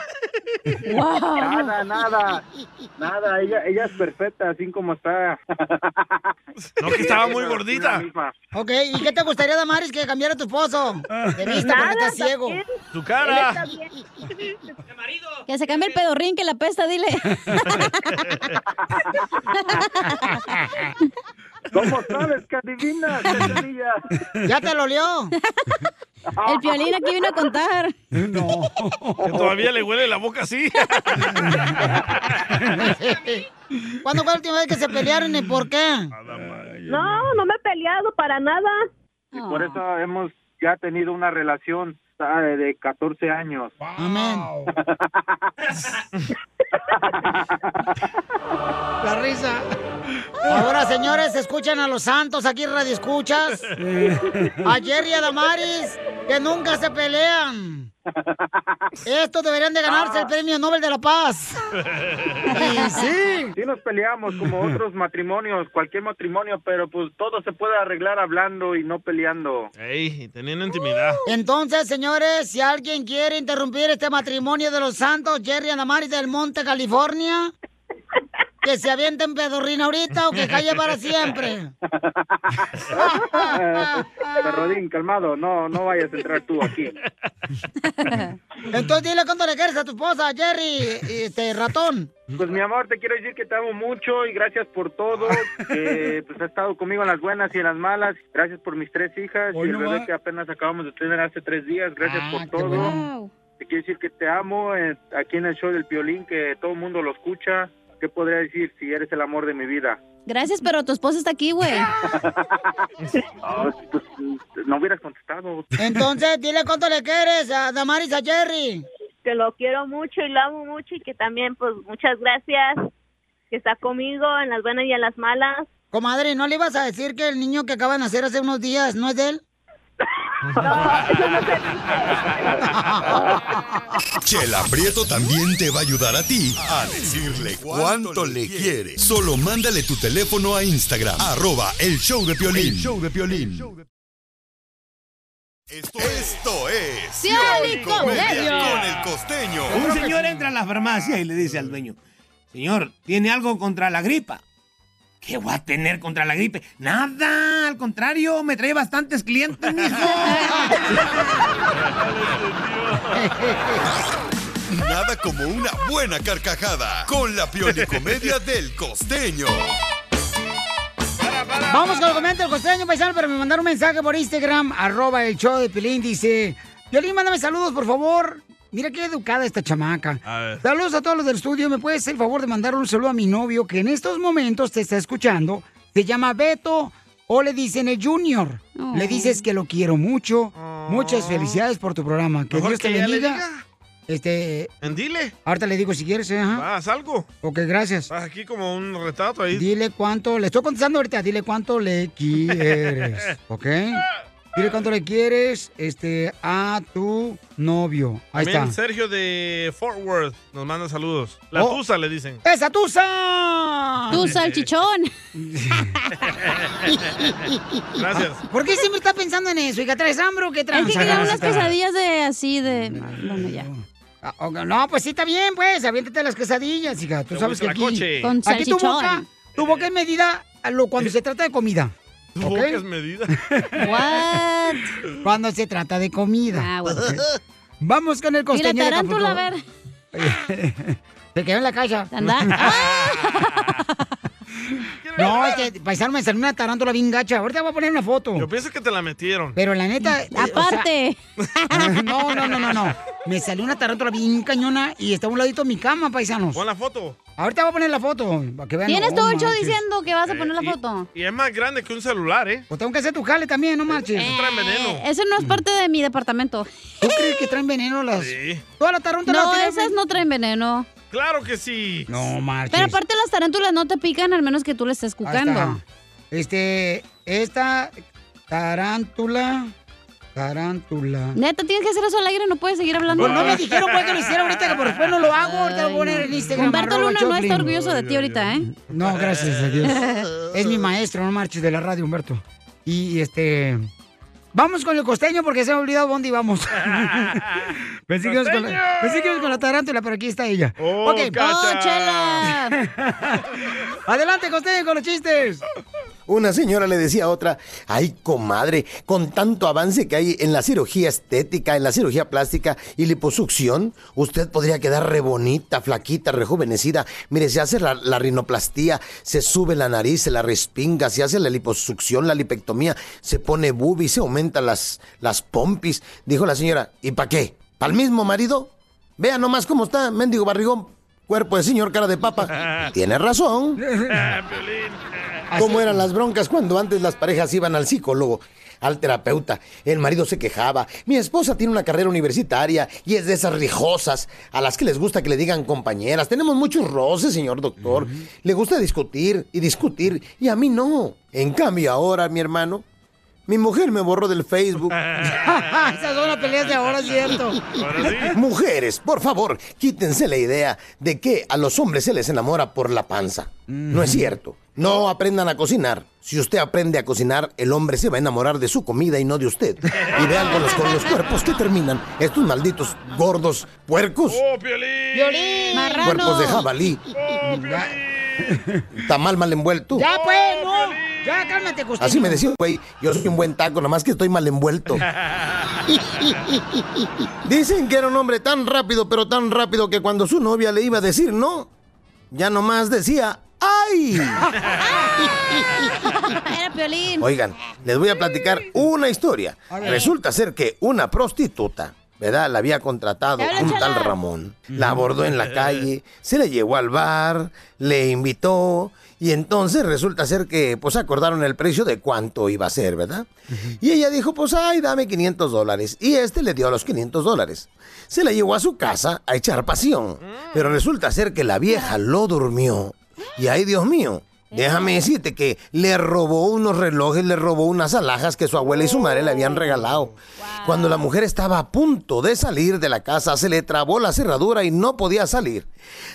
S13: Nada, nada, nada. Ella, ella es perfecta, así como está.
S2: No, que estaba muy gordita.
S1: Ok, ¿y qué te gustaría, Damaris, que cambiara tu esposo?
S2: Ah.
S1: De vista,
S3: Nada,
S1: porque estás
S3: también.
S1: ciego.
S2: Tu
S3: cara. Que se cambie el pedorrín que la pesta, dile.
S13: ¿Cómo sabes que adivinas, cachanilla?
S1: Ya te lo olió.
S3: El piolín aquí vino a contar.
S2: No. Que todavía le huele la boca así.
S1: ¿Cuándo fue la última vez que se pelearon y por qué?
S5: No, no me he peleado para nada.
S13: Y por eso hemos ya tenido una relación ¿sabe? de 14 años.
S1: Amén. La risa. Ahora, señores, escuchan a los santos aquí en Radio Escuchas. A Jerry y a Damaris, que nunca se pelean. Estos deberían de ganarse el premio Nobel de la Paz. Y sí.
S13: Sí nos peleamos como otros matrimonios, cualquier matrimonio, pero pues todo se puede arreglar hablando y no peleando.
S2: Ey, y teniendo intimidad.
S1: Entonces, señores, si alguien quiere interrumpir este matrimonio de los santos, Jerry y Damaris del Monte, California, que se avienten pedorrina ahorita o que calle para siempre.
S13: Perrodín, calmado, no, no vayas a entrar tú aquí.
S1: Entonces dile cuánto le quieres a tu esposa, Jerry, este ratón.
S13: Pues mi amor, te quiero decir que te amo mucho y gracias por todo. que, pues has estado conmigo en las buenas y en las malas. Gracias por mis tres hijas
S7: Hoy
S13: y el
S7: no
S13: bebé
S7: va. Ah,
S13: que apenas acabamos de tener hace tres días. Gracias
S1: Ah,
S13: por todo. Te quiero decir que te amo eh, aquí en el show del Piolín, que todo el mundo lo escucha. ¿Qué podría decir si eres el amor de mi vida?
S3: Gracias, pero tu esposa está aquí, güey.
S13: Ah, pues, no hubieras contestado.
S1: Entonces dile cuánto le quieres a Damaris, a Jerry.
S5: Que lo quiero mucho y lo amo mucho y que también, pues, muchas gracias que está conmigo en las buenas y en las malas.
S1: Comadre, ¿no le ibas a decir que el niño que acaba de nacer hace unos días no es de él?
S9: Chela Prieto también te va a ayudar a ti a decirle cuánto le quiere. Solo mándale tu teléfono a Instagram, arroba el show de Piolín. show de Esto es
S11: Pioli Comedia.
S9: con el costeño.
S23: Un señor entra a la farmacia y le dice al dueño, señor, ¿tiene algo contra la gripa? ¿Qué voy a tener contra la gripe? Nada, al contrario, me trae bastantes clientes,
S9: Nada como una buena carcajada con la piolicomedia del costeño.
S1: Vamos con el comentario del costeño paisano, pero me mandaron un mensaje por Instagram, arroba el show de Pilín, dice... Violín, mándame saludos, por favor. Mira qué educada esta chamaca.
S11: A ver.
S1: Saludos a todos los del estudio. ¿Me puedes hacer el favor de mandar un saludo a mi novio que en estos momentos te está escuchando? Se llama Beto o le dicen el Junior.
S2: Oh.
S1: Le dices que lo quiero mucho. Muchas felicidades por tu programa. Que
S2: Mejor
S1: Dios te
S2: que ella le
S1: bendiga.
S2: diga.
S1: Este.
S2: Dile.
S1: Ahorita le digo si quieres, ¿eh? ajá.
S2: Haz algo.
S1: Ok, gracias.
S2: Haz aquí como un retrato ahí.
S1: Dile cuánto. Le estoy contestando ahorita. Dile cuánto le quieres. ¿Ok? Dile cuánto le quieres este, a tu novio. Ahí
S2: También
S1: está.
S2: Sergio de Fort Worth nos manda saludos. La
S1: Oh.
S2: Tusa le dicen.
S1: ¡Esa tusa!
S2: Tusa, el
S3: chichón.
S2: Gracias.
S1: ¿Por qué siempre está pensando en eso? ¿Y que traes hambre o qué traes?
S3: Es que quería unas quesadillas de así, de... Bueno, ya.
S1: No, pues sí, está bien, pues. Aviéntate las quesadillas, hija. Tú
S2: Te
S1: sabes que
S2: gusta
S1: aquí,
S2: la coche. Con
S1: aquí tu
S2: salchichón.
S1: boca, tu boca es medida a lo- cuando se trata de comida.
S2: Tu
S1: ¿ok?
S2: boca es medida.
S1: Cuando se trata de
S3: Ah,
S1: comida.
S2: bueno.
S1: ¿ok? Vamos con el costeño
S3: Mira,
S1: de
S3: tarántula, a
S1: Acapulco.
S3: ver.
S1: Se quedó en la casa.
S3: Anda.
S1: no, es que paisano me salió una tarántula bien gacha. Ahorita voy a poner una foto.
S2: Yo pienso que te la metieron.
S1: Pero la neta. eh, o sea-
S2: Aparte.
S1: no, no, no, no, no. Me salió una tarántula bien cañona y está a un ladito de mi cama, paisanos.
S2: Pon la foto.
S1: Ahorita voy a poner la foto para que vean.
S3: Tienes
S1: Oh,
S3: todo el show
S1: manches.
S3: diciendo que vas a poner
S2: Eh,
S3: la
S2: y-
S3: foto.
S2: Y es más grande que un celular, ¿eh?
S1: Pues tengo que hacer tu jale también, no marches.
S2: traen
S3: Eh, eso no es parte de mi departamento.
S1: ¿Tú crees que traen veneno las...?
S2: Sí.
S1: Todas las tarántulas
S3: No,
S1: tienen
S3: esas no traen veneno.
S2: Claro que sí.
S1: No marches.
S3: Pero aparte las tarántulas no te pican al menos que tú le estés
S1: Ahí está.
S3: cucando.
S1: Este, esta tarántula, tarántula.
S3: Neta, tienes que hacer eso al aire, no puedes seguir hablando.
S1: Pues no me dijeron pues, que lo hiciera ahorita, que por después no lo hago, ahorita lo voy a poner
S3: Ay,
S1: en
S3: no.
S1: Instagram.
S3: Humberto
S1: arroba
S3: Luna no
S1: Choplin.
S3: está orgulloso de ti ahorita, ¿eh?
S1: No, gracias a Dios. Es mi maestro, no marches, de la radio, Humberto. Y este... Vamos con el costeño porque se me ha olvidado dónde íbamos. pensé, que íbamos con la, pensé que íbamos con la tarántula, pero aquí está ella.
S2: Oh,
S1: Ok.
S2: Cacha. Oh,
S1: Adelante, costeño, con los chistes.
S15: Una señora le decía a otra, ay comadre, con tanto avance que hay en la cirugía estética, en la cirugía plástica y liposucción, usted podría quedar re bonita, flaquita, rejuvenecida. Mire, se hace la, la rinoplastía, se sube la nariz, se la respinga, se hace la liposucción, la lipectomía, se pone bubi, se aumentan las, las pompis. Dijo la señora, ¿y para qué? ¿Para el mismo marido? Vea nomás cómo está, mendigo barrigón, cuerpo de señor cara de papa. Tiene razón. ¿Cómo eran las broncas cuando antes las parejas iban al psicólogo, al terapeuta? El marido se quejaba. Mi esposa tiene una carrera universitaria y es de esas rijosas a las que les gusta que le digan compañeras. Tenemos muchos roces, señor doctor. Le gusta discutir y discutir y a mí no. En cambio ahora, mi hermano, mi mujer me borró del Facebook.
S1: Esas son las peleas de ahora, cierto.
S15: Mujeres, por favor, quítense la idea de que a los hombres se les enamora por la panza. No es cierto. No aprendan a cocinar. Si usted aprende a cocinar, el hombre se va a enamorar de su comida y no de usted. Y vean con los, con los cuerpos que terminan estos malditos gordos puercos,
S2: Oh,
S1: Violín.
S15: cuerpos de jabalí. Tamal mal envuelto.
S1: Ya, pues, no. Ya, cálmate, costeño.
S15: Así me decía, un güey, yo soy un buen taco, nomás que estoy mal envuelto. Dicen que era un hombre tan rápido, pero tan rápido que cuando su novia le iba a decir no, ya nomás decía, ¡ay!
S3: Era Piolín.
S15: Oigan, les voy a platicar una historia.
S3: A ver.
S15: Resulta ser que una prostituta, ¿verdad? La había contratado
S7: Habla,
S15: un
S7: chala.
S15: tal Ramón. La abordó en la calle, se la llevó al bar, le invitó. Y entonces resulta ser que, pues, acordaron el precio de cuánto iba a ser, ¿verdad? Y ella dijo, pues, ay, dame 500 dólares. Y este le dio los 500 dólares. Se la llevó a su casa a echar pasión. Pero resulta ser que la vieja lo durmió. Y ay, Dios mío, déjame decirte que le robó unos relojes, le robó unas alhajas que su abuela y su madre le habían regalado. Cuando la mujer estaba a punto de salir de la casa, se le trabó la cerradura y no podía salir.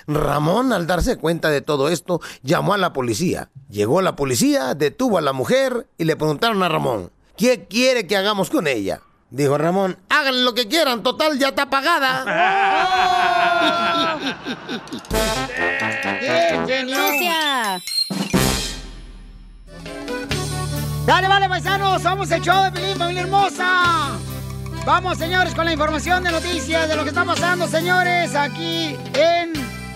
S15: Ramón, al darse cuenta de todo esto, llamó a la policía. Llegó la policía, detuvo a la mujer y le preguntaron a Ramón, ¿qué quiere que hagamos con ella? Dijo Ramón, hagan lo que quieran, total ya está pagada.
S1: ¡Sucia! Dale, vale, paisanos. Somos el show de Pelín, familia hermosa. Vamos, señores, con la información de noticias de lo que está pasando, señores, aquí en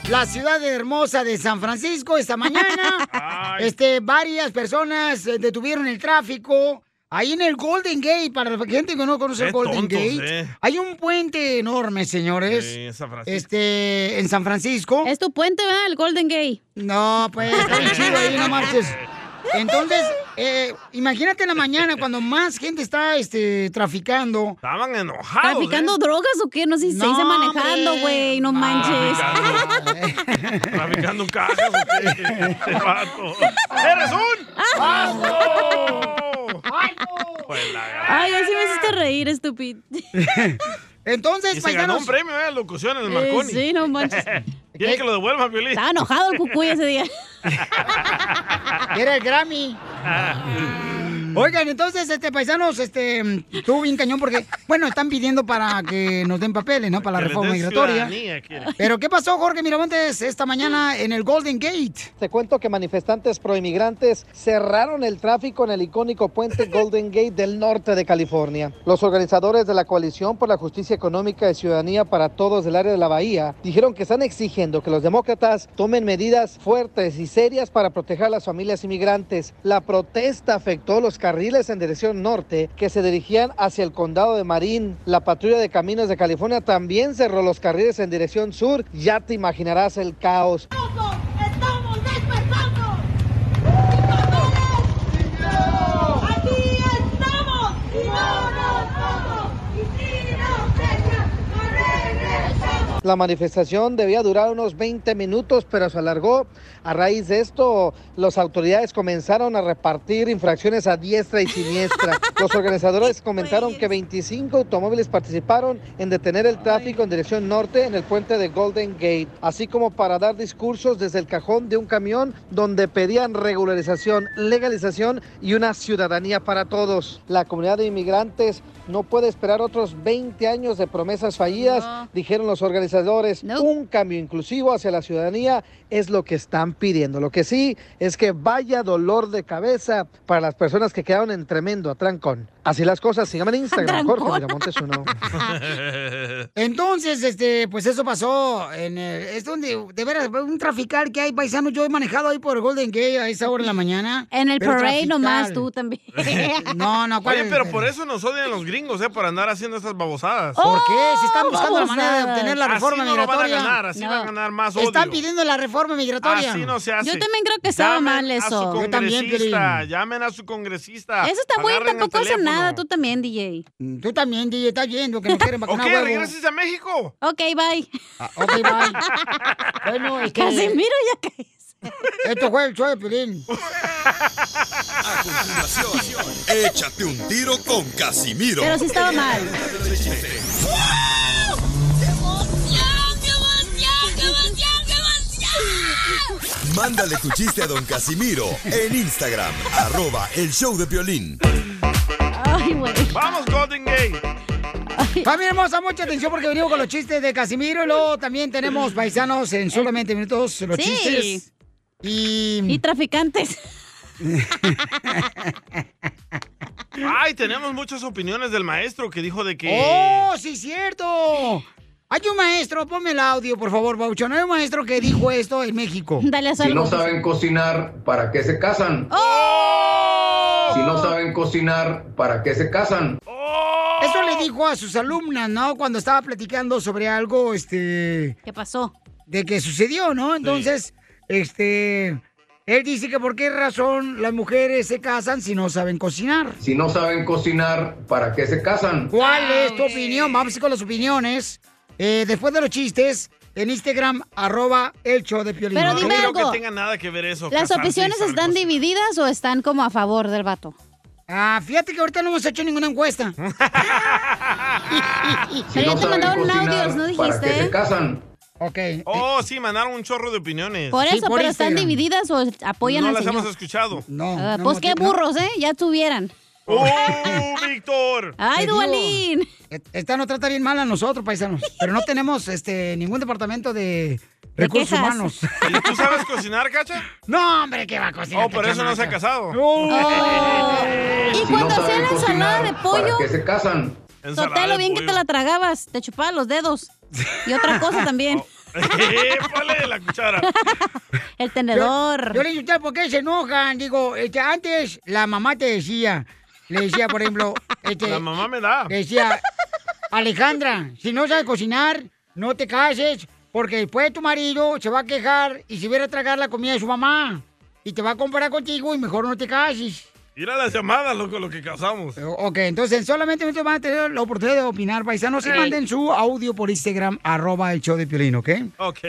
S1: la ciudad hermosa de San Francisco esta mañana. este, varias personas eh, detuvieron el tráfico. Ahí en el Golden Gate, para la gente que no conoce el
S2: Qué
S1: Golden
S2: tontos,
S1: Gate,
S2: eh.
S1: hay un puente enorme, señores.
S2: Sí, en San Francisco.
S1: este, en San Francisco.
S3: Es tu puente, ¿verdad? El Golden Gate.
S1: No, pues, está bien chido ahí, no marches. Entonces, eh, imagínate en la mañana cuando más gente está este, traficando.
S2: Estaban enojados.
S3: ¿Traficando drogas o qué? No sé si se dice
S1: No,
S3: manejando,
S1: hombre.
S3: güey.
S2: Ah,
S3: No manches.
S2: Traficando cajas. ¿o qué? Este vato. ¡Eres un! Pues la gran-
S3: Ay, así me hiciste reír, estúpido.
S1: Entonces,
S2: Y se ganó un
S3: paisanos-
S2: premio, ¿eh? Locución en el
S3: pues, Eh,
S2: Marconi.
S3: sí, no manches.
S2: Quiere que lo devuelva, Violín.
S3: Estaba enojado el cucuy ese día.
S1: Era el Grammy. Oigan, entonces, este, paisanos, este, tú bien cañón porque, bueno, están pidiendo para que nos den papeles, ¿no? Para
S2: Que
S1: la
S2: le
S1: reforma
S2: den
S1: migratoria.
S2: ciudadanía, quiere.
S1: Pero, ¿qué pasó, Jorge Miramontes, Pues, esta mañana en el Golden Gate?
S4: Te cuento que manifestantes proinmigrantes cerraron el tráfico en el icónico puente Golden Gate del norte de California. Los organizadores de la Coalición por la Justicia Económica y Ciudadanía para Todos del área de la Bahía dijeron que están exigiendo que los demócratas tomen medidas fuertes y serias para proteger a las familias inmigrantes. La protesta afectó los carriles en dirección norte que se dirigían hacia el condado de Marín. La patrulla de caminos de California también cerró los carriles en dirección sur. Ya te imaginarás el caos. La manifestación debía durar unos 20 minutos, pero se alargó. A raíz de esto, las autoridades comenzaron a repartir infracciones a diestra y siniestra. Los organizadores comentaron que 25 automóviles participaron en detener el tráfico en dirección norte en el puente de Golden Gate, así como para dar discursos desde el cajón de un camión donde pedían regularización, legalización y una ciudadanía para todos. La comunidad de inmigrantes no puede esperar otros 20 años de promesas fallidas, dijeron los organizadores. Un cambio inclusivo hacia la ciudadanía es lo que están pidiendo. Lo que sí es que vaya dolor de cabeza para las personas que quedaron en tremendo atrancón. Así las cosas, síganme en Instagram, Jorge Miramontes uno.
S1: Entonces, este, pues eso pasó. En el- es donde, de veras, un trafical que hay, paisano. Yo he manejado ahí por el Golden Gate a esa hora de la mañana.
S3: En el
S1: Pero
S3: parade nomás
S1: trafical.
S3: tú también.
S1: No, no, ¿cuál
S2: Oye,
S1: es?
S2: pero por eso nos odian los gringos, ¿eh? Por andar haciendo esas babosadas.
S1: ¿Por qué? Si están buscando la manera de
S2: babosadas.
S1: obtener la
S2: Así
S1: reforma
S2: no lo van a
S1: migratoria.
S2: ganar, así van a ganar más
S1: Están
S2: odio.
S1: pidiendo la reforma migratoria.
S2: Así Ah, no se hace.
S3: Yo también creo que estaba
S2: Llamen
S3: mal
S2: A su
S3: eso. Yo también,
S2: congresista,
S3: Piolín.
S2: llamen a su congresista.
S3: Eso está muy bien,
S2: agarren el
S3: tampoco hace
S2: teléfono.
S3: nada. Tú también, DJ.
S1: Tú también, DJ, estás yendo que no quieren vacunar
S2: Ok,
S1: huevo.
S2: regreses a México.
S3: Ok, bye.
S1: Ah, ok, bye. Bueno, este...
S3: Pues Casimiro
S1: ya caes. Esto fue el show de Piolín.
S9: Échate un tiro con Casimiro.
S3: Pero sí estaba mal.
S9: Mándale tu chiste a don Casimiro en Instagram, arroba el show de violín.
S3: Ay, güey.
S2: Vamos, Golden Gate.
S1: Familia hermosa, mucha atención porque venimos con los chistes de Casimiro y luego también tenemos paisanos en solamente minutos los
S3: Eh, Sí.
S1: chistes. Y...
S3: Y traficantes.
S2: Ay, tenemos muchas opiniones del maestro que dijo de que.
S1: ¡Oh, sí, cierto! Hay un maestro, ponme el audio, por favor, Bauchón. Hay un maestro que dijo esto en México.
S3: Dale a
S7: Si no saben cocinar, ¿para qué se casan?
S3: ¡Oh!
S7: Si no saben cocinar, ¿para qué se casan?
S1: ¡Oh! Eso le dijo a sus alumnas, ¿no? Cuando estaba platicando sobre algo, este...
S3: ¿Qué pasó?
S1: De que sucedió, ¿no? Entonces, este... Él dice que por qué razón las mujeres se casan si no saben cocinar.
S7: Si no saben cocinar, ¿para qué se casan?
S1: ¿Cuál es
S3: Ah,
S1: tu opinión? Vamos con las opiniones. Eh, después de los chistes, en Instagram, arroba el show de Piolín.
S3: Pero
S2: no
S3: dime
S2: creo
S3: algo.
S2: que tenga nada que ver eso.
S3: ¿Las
S2: casarse y
S3: opciones
S2: saber
S3: están divididas o están como a favor del vato?
S1: Ah, fíjate que ahorita no hemos hecho ninguna encuesta.
S7: Si no saben cocinar, ¿para qué se casan?
S1: Ok.
S2: Oh, sí, mandaron un chorro de opiniones.
S3: Por eso, pero están divididas o apoyan
S2: no
S3: al
S2: las
S3: señor.
S2: hemos escuchado.
S1: No.
S3: Ah, pues qué burros, ¿eh? Ya tuvieran.
S2: ¡Oh, Víctor!
S3: ¡Ay,
S1: Te digo,
S3: Dualín!
S1: e- Esta no trata bien mal a nosotros, paisanos. Pero no tenemos este ningún departamento de recursos
S2: quejas.
S1: humanos.
S2: ¿Y tú sabes cocinar, Cacha?
S1: No, hombre, ¿qué va a cocinar?
S2: Oh, por eso no se ha casado.
S3: Oh. Y
S7: Si no
S3: cuando hacían
S7: saben
S3: la ensalada de
S7: cocinar,
S3: pollo,
S7: ¿Para qué se casan?
S3: Sotelo, bien que te la tragabas, te chupaba los dedos. Y otra cosa también.
S2: ¡Épale la cuchara!
S3: El tenedor.
S1: Yo, yo le dije, ¿usted por qué se enojan? Digo, este, antes la mamá te decía, le decía, por ejemplo, este,
S2: La mamá me da.
S1: le decía, Alejandra, si no sabes cocinar, no te cases, porque después tu marido se va a quejar y se viene a tragar la comida de su mamá. Y te va a comparar contigo y mejor no te cases.
S2: Mira las llamadas, loco, lo que casamos.
S1: Ok, entonces solamente ustedes van a tener la oportunidad de opinar, paisanos, y
S2: Sí.
S1: manden su audio por Instagram, arroba el show de Piolín, ¿ok?
S2: Ok,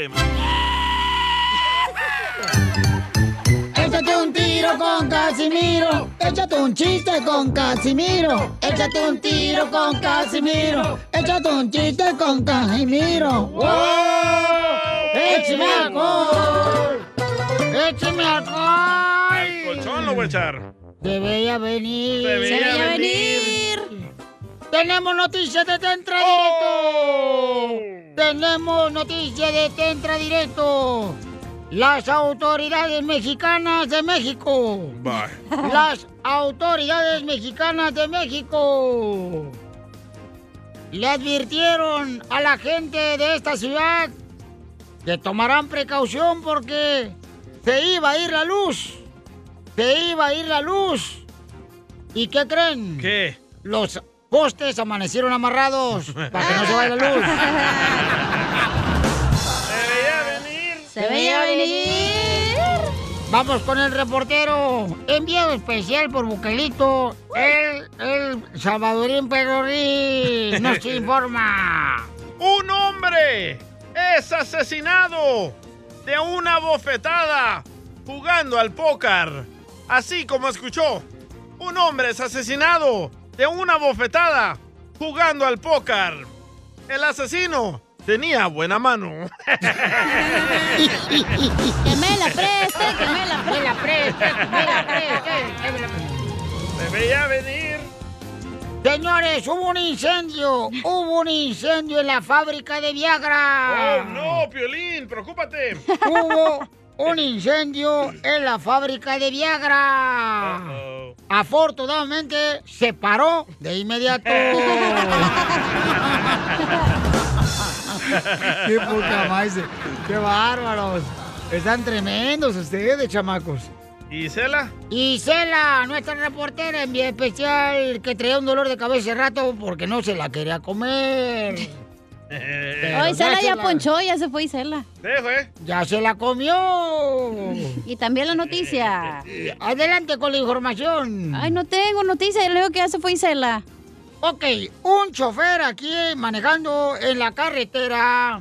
S1: Échate un tiro con Casimiro. Échate un chiste con Casimiro. Échate un tiro con Casimiro. Échate un chiste con Casimiro. ¡Wow! ¡Échame alcohol! ¡Échame alcohol!
S2: colchón lo voy a echar.
S1: Se veía venir.
S2: Se veía Se veía venir.
S1: Tenemos noticias de Tentra Directo. Tenemos noticias de Tentra Directo. Las autoridades mexicanas de México.
S2: Bye.
S1: Las autoridades mexicanas de México le advirtieron a la gente de esta ciudad que tomarán precaución porque se iba a ir la luz. Se iba a ir la luz. ¿Y qué creen?
S2: ¿Qué?
S1: Los postes amanecieron amarrados para que no se vaya la luz.
S3: Se veía venir.
S1: Vamos con el reportero, enviado especial por Buquelito, el, el salvadorín Perorí, nos informa.
S2: Un hombre es asesinado de una bofetada jugando al póker. Así como escuchó, un hombre es asesinado de una bofetada jugando al póker. El asesino tenía buena mano.
S3: Que me la preste, que me la preste.
S1: Me la preste, me la preste.
S2: Se veía venir.
S1: Señores, hubo un incendio, hubo un incendio en la fábrica de
S2: Oh,
S1: Viagra.
S2: no, Piolín, preocúpate.
S1: Hubo un incendio en la fábrica de Viagra. Afortunadamente se paró de inmediato. Qué puta madre. Qué bárbaros. Están tremendos ustedes, chamacos.
S2: ¿Y Cela?
S1: Y Cela, nuestra reportera en vía especial, que traía un dolor de cabeza hace rato porque no se la quería comer. Pero
S3: Hoy Isela ya
S1: se la-
S3: ponchó, ya se fue Isela.
S1: Ya se la comió.
S3: Y también la noticia.
S1: Adelante con la información.
S3: Ay, no tengo noticia, yo le digo que ya se fue Isela.
S1: Ok, un chofer aquí manejando en la carretera.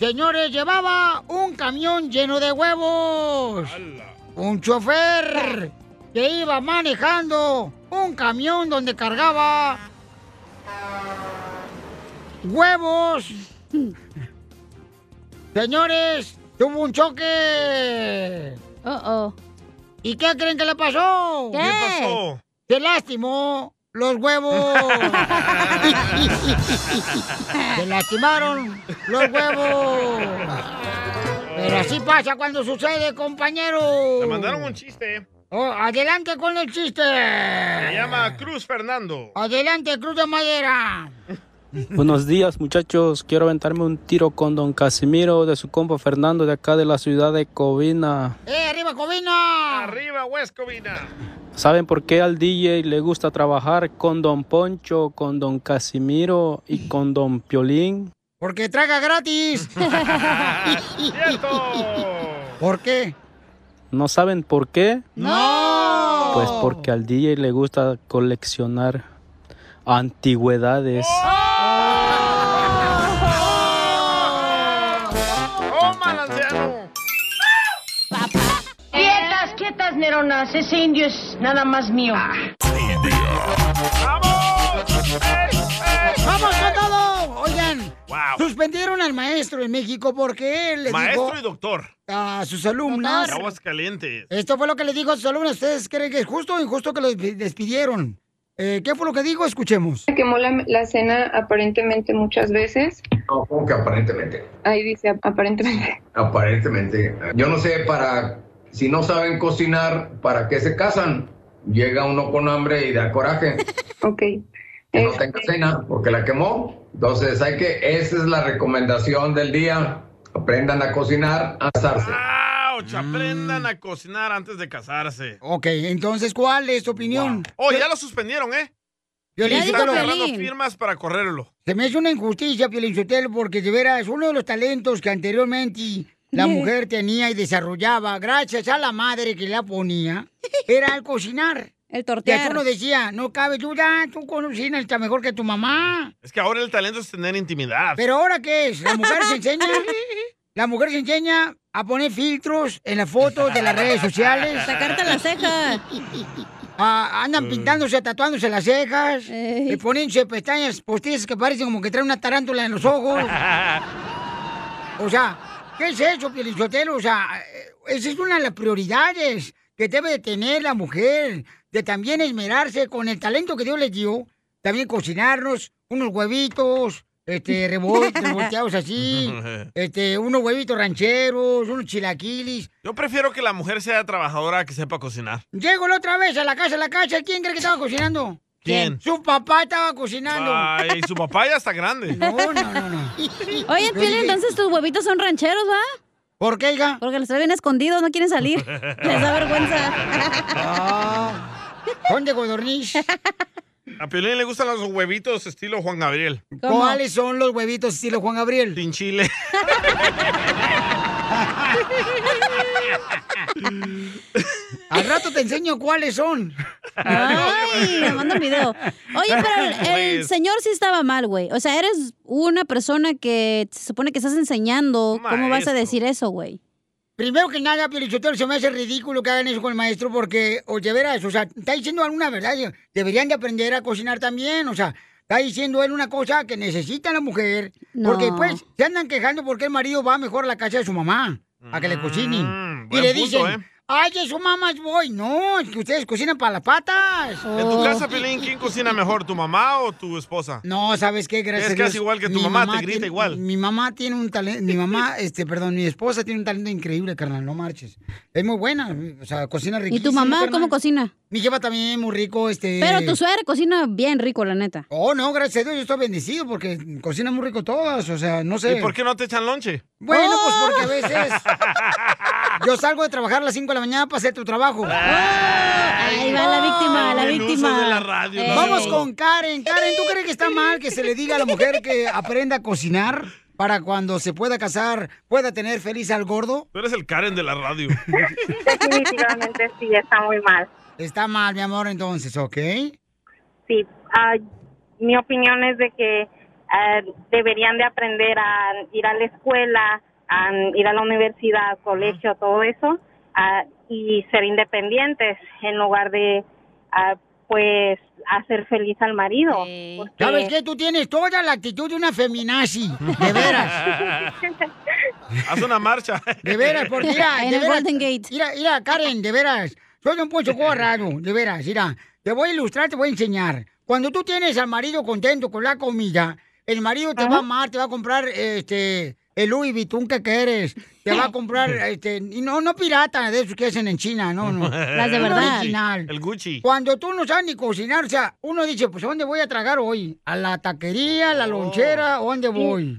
S1: Señores, llevaba un camión lleno de huevos. Un chofer que iba manejando un camión donde cargaba huevos. Señores, tuvo un choque.
S3: Oh, oh.
S1: ¿Y qué creen que le pasó?
S3: ¿Qué? ¿Qué pasó?
S1: Se lastimó los huevos. Se lastimaron los huevos. Pero así pasa cuando sucede, compañero.
S2: Le mandaron un chiste.
S1: Oh, adelante con el chiste.
S2: Se llama Cruz Fernando.
S1: Adelante, Cruz de Madera.
S10: Buenos días muchachos, quiero aventarme un tiro con don Casimiro de su compa Fernando de acá de la ciudad de Covina.
S1: ¡Eh, arriba, Covina!
S2: ¡Arriba, West Covina!
S10: ¿Saben por qué al DJ le gusta trabajar con don Poncho, con don Casimiro y con don Piolín?
S1: Porque traga gratis. ¿Por qué?
S10: ¿No saben por qué?
S1: ¡No!
S10: Pues porque al DJ le gusta coleccionar antigüedades.
S24: Quietas, quietas, neronas. Ese indio es nada más mío.
S5: Ah.
S1: ¡Vamos con todo! Oigan, suspendieron al maestro en México porque él le
S2: Maestro
S1: dijo
S2: y doctor.
S1: a sus alumnas...
S2: De Aguas calientes.
S1: Esto fue lo que le dijo a sus alumnas. ¿Ustedes creen que es justo o injusto que los despi- despidieron? Eh, ¿Qué fue lo que dijo? Escuchemos.
S25: Quemó la, la cena aparentemente muchas veces.
S7: No, como que aparentemente.
S25: Ahí dice aparentemente.
S7: Aparentemente. eh, Yo no sé para. Si no saben cocinar, ¿para qué se casan? Llega uno con hambre y da coraje.
S25: Ok.
S7: Que no tenga cena porque la quemó. Entonces hay que. Esa es la recomendación del día. Aprendan a cocinar, a asarse.
S2: Ouch,
S1: Mm.
S2: aprendan a cocinar antes de casarse.
S1: Ok, entonces, ¿cuál es tu opinión?
S2: Oh, ya lo suspendieron, ¿eh?
S1: Piolín,
S2: Están
S1: quítalo.
S2: agarrando firmas para correrlo.
S1: Se me hace una injusticia, Pielinchotel, porque de veras, uno de los talentos que anteriormente la mujer tenía y desarrollaba, gracias a la madre que la ponía, era el cocinar.
S3: El
S1: Y eso uno decía, no cabe duda, tú cocinas está mejor que tu mamá.
S2: Es que ahora el talento es tener intimidad.
S1: Pero ahora, ¿qué es? La mujer se enseña... La mujer se enseña a poner filtros en las fotos de las redes sociales.
S3: Sacarte la ceja.
S1: Ah, andan pintándose, tatuándose las cejas. Le poniéndose pestañas postizas que parecen como que traen una tarántula en los ojos. O sea, ¿qué es eso, Pielichotelo? O sea, eh, esa es una de las prioridades que debe de tener la mujer, de también esmerarse con el talento que Dios les dio, también cocinarnos unos huevitos, este, rebol- revolteados así, este, unos huevitos rancheros, unos chilaquilis.
S2: Yo prefiero que la mujer sea trabajadora que sepa cocinar.
S1: Llego la otra vez a la casa, a la casa, ¿quién cree que estaba cocinando?
S2: ¿Quién?
S1: Su papá estaba cocinando.
S2: Ay, su papá ya está grande.
S1: No, no, no, no.
S3: Oye, Piolín, entonces tus huevitos son rancheros, ¿va?
S1: ¿Por qué, hija?
S3: Porque los traen escondidos, no quieren salir. Les da vergüenza.
S1: Ah. Son de codorniz.
S2: A Piolín le gustan los huevitos estilo Juan Gabriel.
S1: ¿Cuáles son los huevitos estilo Juan Gabriel?
S2: Sin chile.
S1: Al rato te enseño cuáles son.
S3: Ay, me manda el video. Oye, pero el, el
S1: Pues.
S3: señor sí estaba mal, güey. O sea, eres una persona que se supone que estás enseñando. ¿Cómo vas a
S1: Maestro.
S3: decir eso, güey?
S1: Primero que nada, Pielichotero, se me hace ridículo que hagan eso con el maestro porque, o de veras, o sea, está diciendo alguna verdad. Deberían de aprender a cocinar también, o sea, está diciendo él una cosa que necesita la mujer. Porque
S3: No.
S1: después se andan quejando porque el marido va mejor a la casa de su mamá a que le cocinen.
S2: Mm,
S1: y
S2: buen
S1: le
S2: punto,
S1: dicen,
S2: ¿eh?
S1: ay, eso mamás voy. No, es que ustedes cocinan para las patas. Oh.
S2: En tu casa, Piolín, ¿quién cocina mejor, tu mamá o tu esposa?
S1: No, ¿sabes qué? Gracias
S2: Es
S1: a Dios,
S2: casi igual que tu
S1: mi
S2: mamá, te grita
S1: tiene-
S2: igual.
S1: Mi mamá tiene un talento, mi mamá, este, perdón, mi esposa tiene un talento increíble, carnal, no marches. Es muy buena, o sea, cocina riquísimo,
S3: ¿Y tu mamá
S1: carnal.
S3: cómo cocina?
S1: Mi jefa también, muy rico, este...
S3: Pero tu suegra cocina bien rico, la neta.
S1: Oh, no, gracias a Dios, yo estoy bendecido porque cocina muy rico todas, o sea, no sé.
S2: ¿Y por qué no te echan lonche?
S1: Bueno, pues
S3: ¡Oh!
S1: porque a veces yo salgo de trabajar a las 5 de la mañana para hacer tu trabajo.
S3: Ah, Ahí va la víctima, la
S1: Bien,
S3: víctima. Eh.
S1: usos de la radio,
S3: Ey.
S1: no. Vamos con Karen. Karen, ¿tú crees que está mal que se le diga a la mujer que aprenda a cocinar para cuando se pueda casar, pueda tener feliz al gordo?
S2: Tú eres el Karen de la radio.
S26: Definitivamente sí, está muy mal.
S1: Está mal, mi amor, entonces, ¿ok?
S26: Sí, ah, mi opinión es de que ah, deberían de aprender a ir a la escuela, a ir a la universidad, colegio, todo eso, ah, y ser independientes en lugar de, ah, pues, hacer feliz al marido. porque-
S3: Eh.
S1: ¿Sabes qué? Tú tienes toda la actitud de una feminazi, de veras.
S2: Haz una marcha.
S1: De veras, porque mira,
S3: En
S1: de
S3: el
S1: veras, mira, mira, Karen, de veras, soy un poncho corrado, de veras, mira, te voy a ilustrar, te voy a enseñar. Cuando tú tienes al marido contento con la comida, el marido te va a amar, te va a comprar, este, el Louis Vuitton que quieres, te va a comprar, este, y no, no pirata de esos que hacen en China, no, no.
S2: Las
S1: Uno original.
S2: El Gucci.
S1: Cuando tú no sabes ni cocinar, o sea, uno dice, pues, ¿a dónde voy a tragar hoy? ¿A la taquería, a la lonchera, ¿a dónde voy?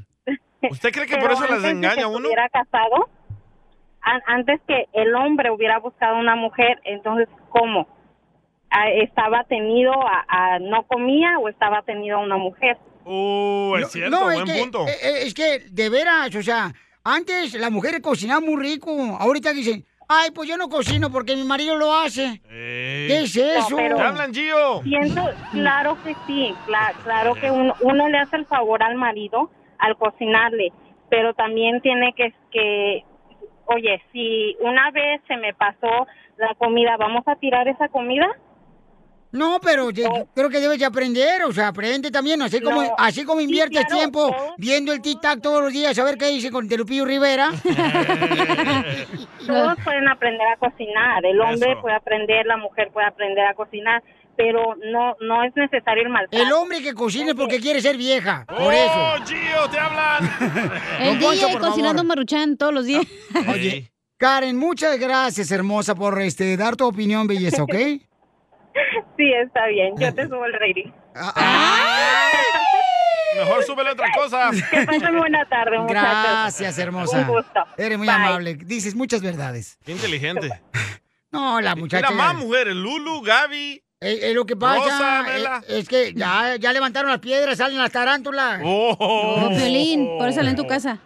S2: ¿Usted cree que
S26: Pero
S2: por eso
S26: antes
S2: las
S26: de
S2: engaña
S26: que
S2: uno?
S26: Hubiera casado, an- antes que el hombre hubiera buscado una mujer, entonces ¿cómo? Ah, ¿Estaba tenido a, a no comía o estaba tenido a una mujer?
S2: Uh, es cierto, buen
S1: que,
S2: punto.
S1: eh, eh, es que, de veras, o sea, antes las mujeres cocinaban muy rico. Ahorita dicen, ay, pues yo no cocino porque mi marido lo hace. ¿Qué es eso?
S26: No, pero-
S2: ¿Te hablan, Gio?
S26: Siento, claro que sí, cla- claro que uno, uno le hace el favor al marido al cocinarle, pero también tiene que, que, oye, si una vez se me pasó la comida, ¿vamos a tirar esa comida?
S1: No, pero yo- yo creo que debes de aprender, o sea, aprende también, así como,
S26: No.
S1: así como
S26: Sí,
S1: inviertes
S26: claro,
S1: tiempo
S26: todos-
S1: viendo el TikTok todos los días a ver qué dice con Telupillo Rivera.
S26: Todos pueden aprender a cocinar, el hombre
S1: Eso.
S26: puede aprender, la mujer puede aprender a cocinar, pero no no es necesario el maltrato.
S1: el hombre que cocina es porque quiere ser vieja, por
S2: ¡Oh,
S1: eso.
S2: Gio, te hablan!
S3: El
S1: Don Poncho,
S3: DJ
S1: por
S3: cocinando
S1: favor.
S3: maruchan todos los días.
S1: Oye, Karen, muchas gracias, hermosa, por este dar tu opinión, belleza, ¿ok? Ah,
S26: Sí, está bien, yo te subo el rating.
S2: Mejor súbele otra cosa.
S5: Que pasen buena tarde, muchachos.
S1: Gracias, hermosa.
S5: Un gusto.
S1: Eres muy
S5: Bye.
S1: amable. Dices muchas verdades.
S2: Qué inteligente.
S1: No, la muchacha.
S2: Era más
S1: ya-
S2: mujeres, Lulu, Gaby.
S1: Eh, eh, lo que pasa
S2: Rosa, Adela.
S1: eh, es que ya, ya levantaron las piedras, salen las tarántulas.
S2: Oh.
S3: Oh, Piolín, por eso sale en tu casa.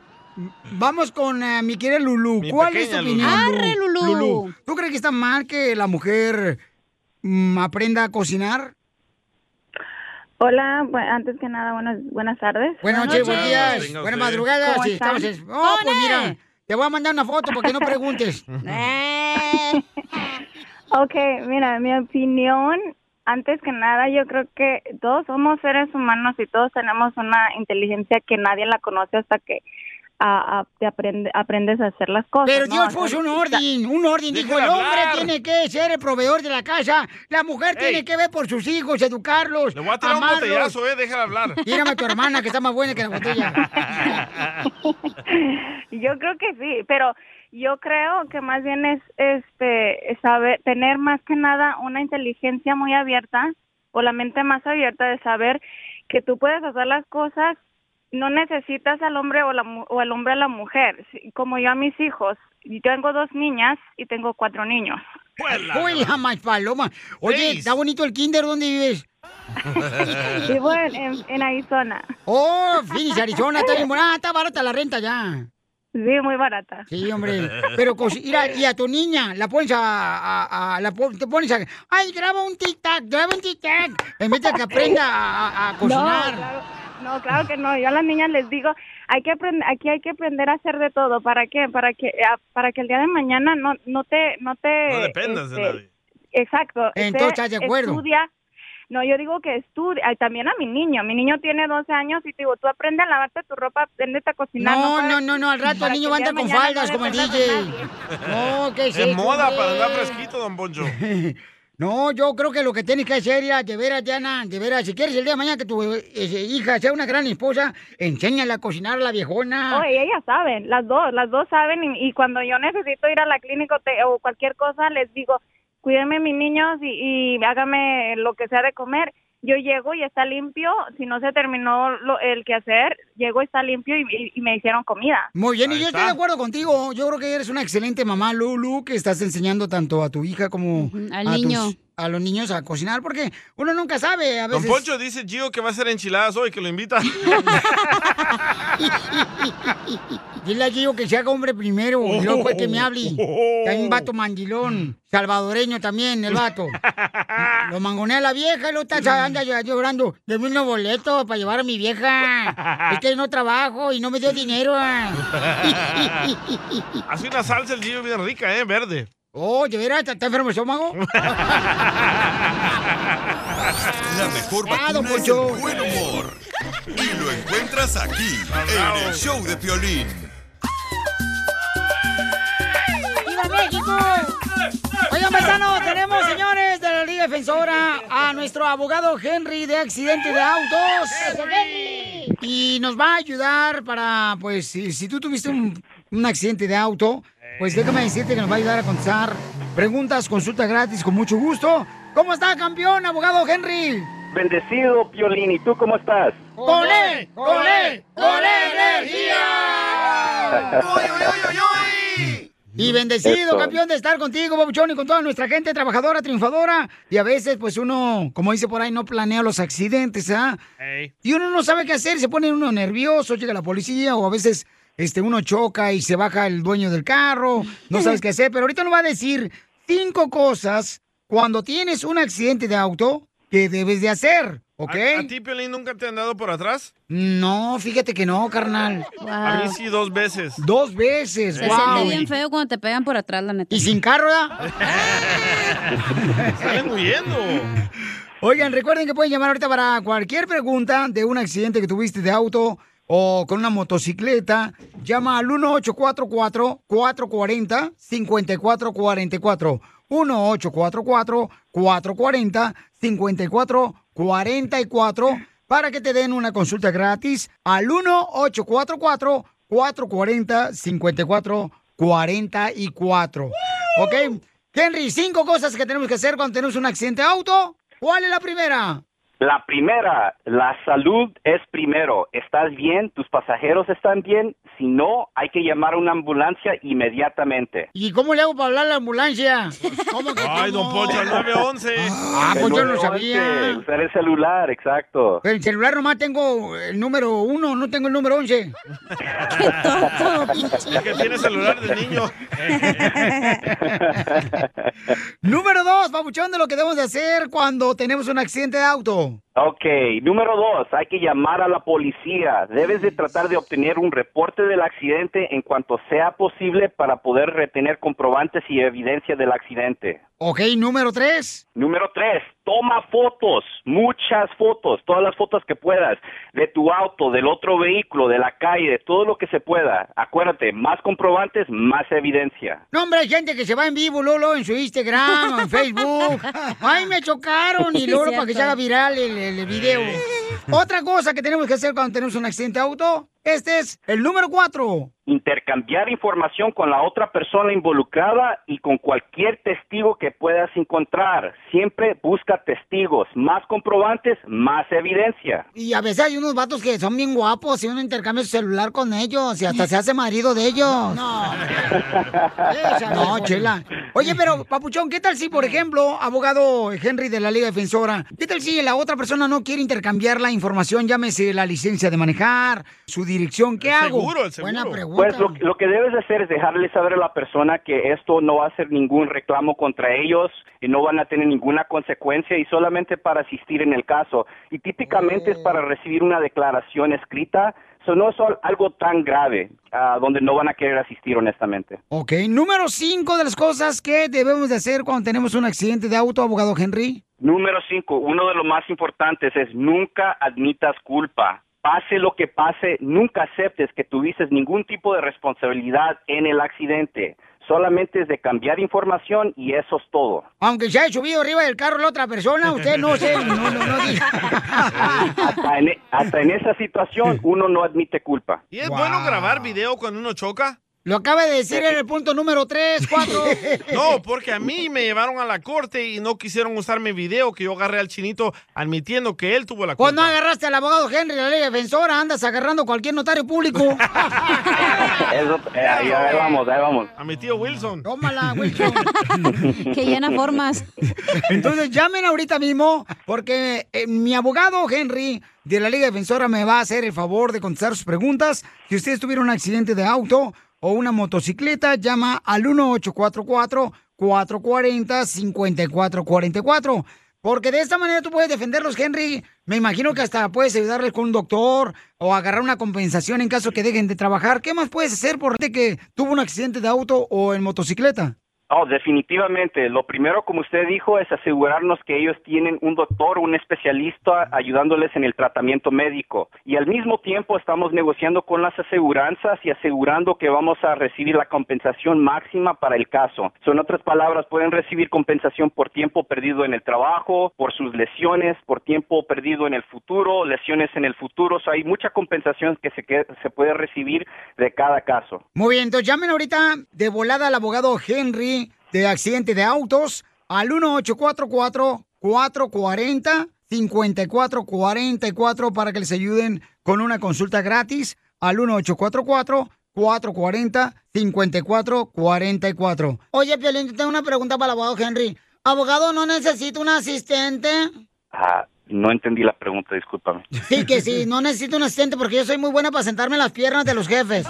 S1: Vamos con eh, mi querida Lulú. ¿Cuál es tu
S3: pequeña Lulú.
S1: opinión? Lu-
S3: Arre, Lulú.
S1: ¿Tú crees que está mal que la mujer mm, aprenda a cocinar?
S25: Hola, bu- antes que nada, buenas, buenas tardes.
S1: Buenas noches, buenos días. Buenas madrugadas.
S25: ¿Cómo
S1: Sí,
S25: están?
S1: estamos en- Oh, pues mira, te voy a mandar una foto porque no preguntes.
S25: Ok, mira, mi opinión, antes que nada, yo creo que todos somos seres humanos y todos tenemos una inteligencia que nadie la conoce hasta que ah, ah, te aprende- aprendes a hacer las cosas.
S1: Pero
S25: ¿no?
S1: Dios puso un orden, un orden. Dijo, el
S25: Déjala
S1: hombre
S25: hablar.
S1: tiene que ser el proveedor de la casa. La mujer tiene que ver por sus hijos, educarlos, Le
S2: Voy a tirar un botellazo, eh, déjala hablar.
S1: Mírame a tu hermana, que está más buena que la botella.
S25: Yo creo que sí, pero yo creo que más bien es este saber tener más que nada una inteligencia muy abierta o la mente más abierta de saber que tú puedes hacer las cosas, no necesitas al hombre o la mu- o el hombre a la mujer, Sí, como yo a mis hijos. Yo tengo dos niñas y tengo cuatro niños.
S1: Uy, la más paloma. Oye, está bonito el kinder, ¿dónde vives?
S25: Vivo en, en- en Arizona.
S1: Oh, Phoenix, Arizona, está bien buena. Ah, está barata la renta ya.
S25: Sí, muy barata.
S1: Sí, hombre. Pero, cos- mira, y a tu niña, la pones a, a- a- la pon- te pones a, ay, graba un tic-tac, graba un tic-tac, en vez de que aprenda a, a- a
S25: No,
S1: cocinar.
S25: claro, no, claro que no. Yo a las niñas les digo, hay que aprender, aquí hay que aprender a hacer de todo. ¿Para qué? Para que, ah, para que el día de mañana no, no te, no te.
S2: No dependas de
S25: este,
S2: nadie.
S25: Exacto.
S2: Entonces,
S25: Este,
S2: ¿estás de acuerdo?
S25: Estudia. No, yo digo que estudia, ay, también a mi niño. Mi niño tiene 12 años y te digo, tú aprende a lavarte tu ropa, aprende a cocinar.
S1: No,
S25: para-
S1: no, no, no, al rato el
S25: para
S1: niño
S25: que
S1: va a
S25: día de
S1: andar con
S25: mañana
S1: faldas
S25: no
S1: como el
S25: dependas
S1: DJ.
S25: de nadie.
S1: No, ¿qué es
S2: Es
S1: eso,
S2: moda para
S1: hombre?
S2: andar fresquito, don Poncho.
S1: No, yo creo que lo que tienes que hacer, mira, de veras, Diana, de veras, si quieres el día de mañana que tu eh, hija sea una gran esposa, enséñala a cocinar a la viejona.
S25: Oye, Oh, ellas saben, las dos, las dos saben y, y cuando yo necesito ir a la clínica o te- o cualquier cosa, les digo, cuídenme mis niños y, y hágame lo que sea de comer. Yo llego y está limpio, si no se terminó lo- el quehacer, llego y está limpio y, y- y me hicieron comida.
S1: Muy bien, y yo estoy de acuerdo contigo. Yo creo que eres una excelente mamá, Lulu, que estás enseñando tanto a tu hija como
S3: al
S1: a,
S3: niño.
S1: a los niños a cocinar, porque uno nunca sabe a
S2: Don
S1: veces.
S2: Poncho dice Gio que va a hacer enchiladas hoy, que lo invita.
S1: Dile a Gio que se haga hombre primero, y luego fue que me hable. Hay un vato mandilón, salvadoreño también, el vato. Lo mangonea la vieja, y lo está anda llor- llorando. Deme unos boletos para llevar a mi vieja. Es que no trabajo y no me dio dinero. ah.
S2: Hace una salsa el Gio bien rica, ¿eh? Verde.
S1: Oh, ¿de veras? ¿Está enfermo el estómago?
S9: La mejor
S1: Ah, don
S9: vacuna es el buen humor. Y lo encuentras aquí, en el show de Piolín.
S1: ¡Viva México! Oigan, paisanos, tenemos, señores, de la Liga Defensora a nuestro abogado Henry de accidente de autos. Y nos va a ayudar para, pues, si, si tú tuviste un, un accidente de auto, pues déjame decirte que nos va a ayudar a contestar preguntas, consulta gratis, con mucho gusto. ¿Cómo está, campeón, abogado Henry?
S27: Bendecido, Piolín. ¿Y tú cómo estás?
S1: ¡Con él! ¡Con él! ¡Con E energía! Y bendecido,
S27: Eso.
S1: campeón, de estar contigo, Babuchón, y con toda nuestra gente trabajadora, triunfadora. Y a veces, pues uno, como dice por ahí, no planea los accidentes, ¿ah? Y uno no sabe qué hacer, se pone uno nervioso, llega la policía, o a veces este, uno choca y se baja el dueño del carro, no sabes qué hacer. Pero ahorita nos va a decir cinco cosas cuando tienes un accidente de auto que debes de hacer, ¿ok?
S3: Ah,
S2: ¿A ti, Piolín, nunca te han dado por atrás?
S1: No, fíjate que no, carnal.
S2: A mí sí dos veces.
S1: Dos veces,
S3: Se
S1: wow.
S3: siente bien feo cuando te pegan por atrás, la neta.
S1: Y sin carro, ah? ¿verdad?
S2: Salen huyendo.
S1: Oigan, recuerden que pueden llamar ahorita para cualquier pregunta de un accidente que tuviste de auto o con una motocicleta. Llama al 1844-440-5444. 1844-440-5444 para que te den una consulta gratis al 1844-440-5444. ¿Ok? Henry, cinco cosas que tenemos que hacer cuando tenemos un accidente de auto. ¿Cuál es la primera?
S27: La primera, la salud es primero. ¿Estás bien? ¿Tus pasajeros están bien? Si no, hay que llamar a una ambulancia inmediatamente.
S1: ¿Y cómo le hago para hablar a la ambulancia? ¿Cómo que
S2: Ay, don Poncho, el 911.
S1: Ah, pues yo no sabía.
S27: Usar el celular, exacto.
S1: El celular nomás tengo el número uno, no tengo el número once.
S2: Es que tiene celular del niño.
S1: número dos, papuchón, de lo que debemos de hacer cuando tenemos un accidente de auto.
S27: Ok, número dos, hay que llamar a la policía. Debes de tratar de obtener un reporte del accidente en cuanto sea posible para poder retener comprobantes y evidencia del accidente.
S1: Ok, número tres.
S27: Número tres, toma fotos, muchas fotos, todas las fotos que puedas, de tu auto, del otro vehículo, de la calle, de todo lo que se pueda. Acuérdate, más comprobantes, más evidencia.
S1: No, hombre, hay gente que se va en vivo, Lolo, en su Instagram, en Facebook. Ay, me chocaron y Lolo para que se haga viral el, el- el video. Otra cosa que tenemos que hacer cuando tenemos un accidente de auto, este es el número cuatro.
S27: Intercambiar información con la otra persona involucrada y con cualquier testigo que puedas encontrar. Siempre busca testigos, más comprobantes, más evidencia.
S1: Y a veces hay unos vatos que son bien guapos y uno intercambia su celular con ellos y hasta se hace marido de ellos. No, no, chela. Oye, pero, Papuchón, ¿qué tal si, por ejemplo, abogado Henry de la Liga Defensora, qué tal si la otra persona no quiere intercambiar la información, llámese la licencia de manejar, su dirección, ¿qué hago? Buena pregunta.
S27: Pues lo, lo que debes de hacer es dejarle saber a la persona que esto no va a ser ningún reclamo contra ellos y no van a tener ninguna consecuencia y solamente para asistir en el caso. Y típicamente es para recibir una declaración escrita. Eso no es al- algo tan grave ah, donde no van a querer asistir honestamente.
S1: Ok, número cinco de las cosas que debemos de hacer cuando tenemos un accidente de auto, abogado Henry.
S27: Número cinco, uno de los más importantes es nunca admitas culpa. Pase lo que pase, nunca aceptes que tuviste ningún tipo de responsabilidad en el accidente. Solamente es de cambiar información y eso es todo.
S1: Aunque se haya subido arriba del carro la otra persona, usted no se... No, no, no diga.
S27: Hasta en, e, hasta en esa situación uno no admite culpa.
S2: ¿Y es bueno grabar video cuando uno choca?
S1: Lo acaba de decir en el punto número 3, 4.
S2: No, porque a mí me llevaron a la corte y no quisieron usar mi video que yo agarré al chinito admitiendo que él tuvo la
S1: Pues
S2: culpa.
S1: no agarraste al abogado Henry, la ley defensora, andas agarrando cualquier notario público.
S27: Eso, eh, ahí, ahí vamos, ahí vamos.
S2: A mi tío Wilson.
S1: Tómala, Wilson.
S3: Que llena formas.
S1: Entonces llamen ahorita mismo, porque eh, mi abogado Henry de la Liga Defensora me va a hacer el favor de contestar sus preguntas. Si ustedes tuvieron un accidente de auto o una motocicleta, llama al 1844-440-5444. Porque de esta manera tú puedes defenderlos, Henry. Me imagino que hasta puedes ayudarles con un doctor o agarrar una compensación en caso que dejen de trabajar. ¿Qué más puedes hacer por gente que tuvo un accidente de auto o en motocicleta?
S27: Oh, definitivamente. Lo primero, como usted dijo, es asegurarnos que ellos tienen un doctor, un especialista ayudándoles en el tratamiento médico. Y al mismo tiempo estamos negociando con las aseguranzas y asegurando que vamos a recibir la compensación máxima para el caso. So, en otras palabras, pueden recibir compensación por tiempo perdido en el trabajo, por sus lesiones, por tiempo perdido en el futuro, lesiones en el futuro. So, hay mucha compensación que se, que se puede recibir de cada caso.
S1: Muy bien, entonces llamen ahorita de volada al abogado Henry de accidente de autos al 1844-440-5444 para que les ayuden con una consulta gratis al 1844-440-5444.
S27: Oye,
S1: Piolín, yo tengo una pregunta para el abogado Henry. ¿Abogado no necesita un asistente?
S27: Ah, no entendí la pregunta, discúlpame.
S1: Sí, que sí, no necesito un asistente porque yo soy muy buena para sentarme en las piernas de los jefes.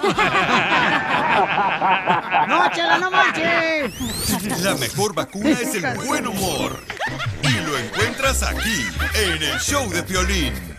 S1: ¡No, chela, no marches!
S9: La mejor vacuna es el buen humor. Y lo encuentras aquí, en el show de Piolín.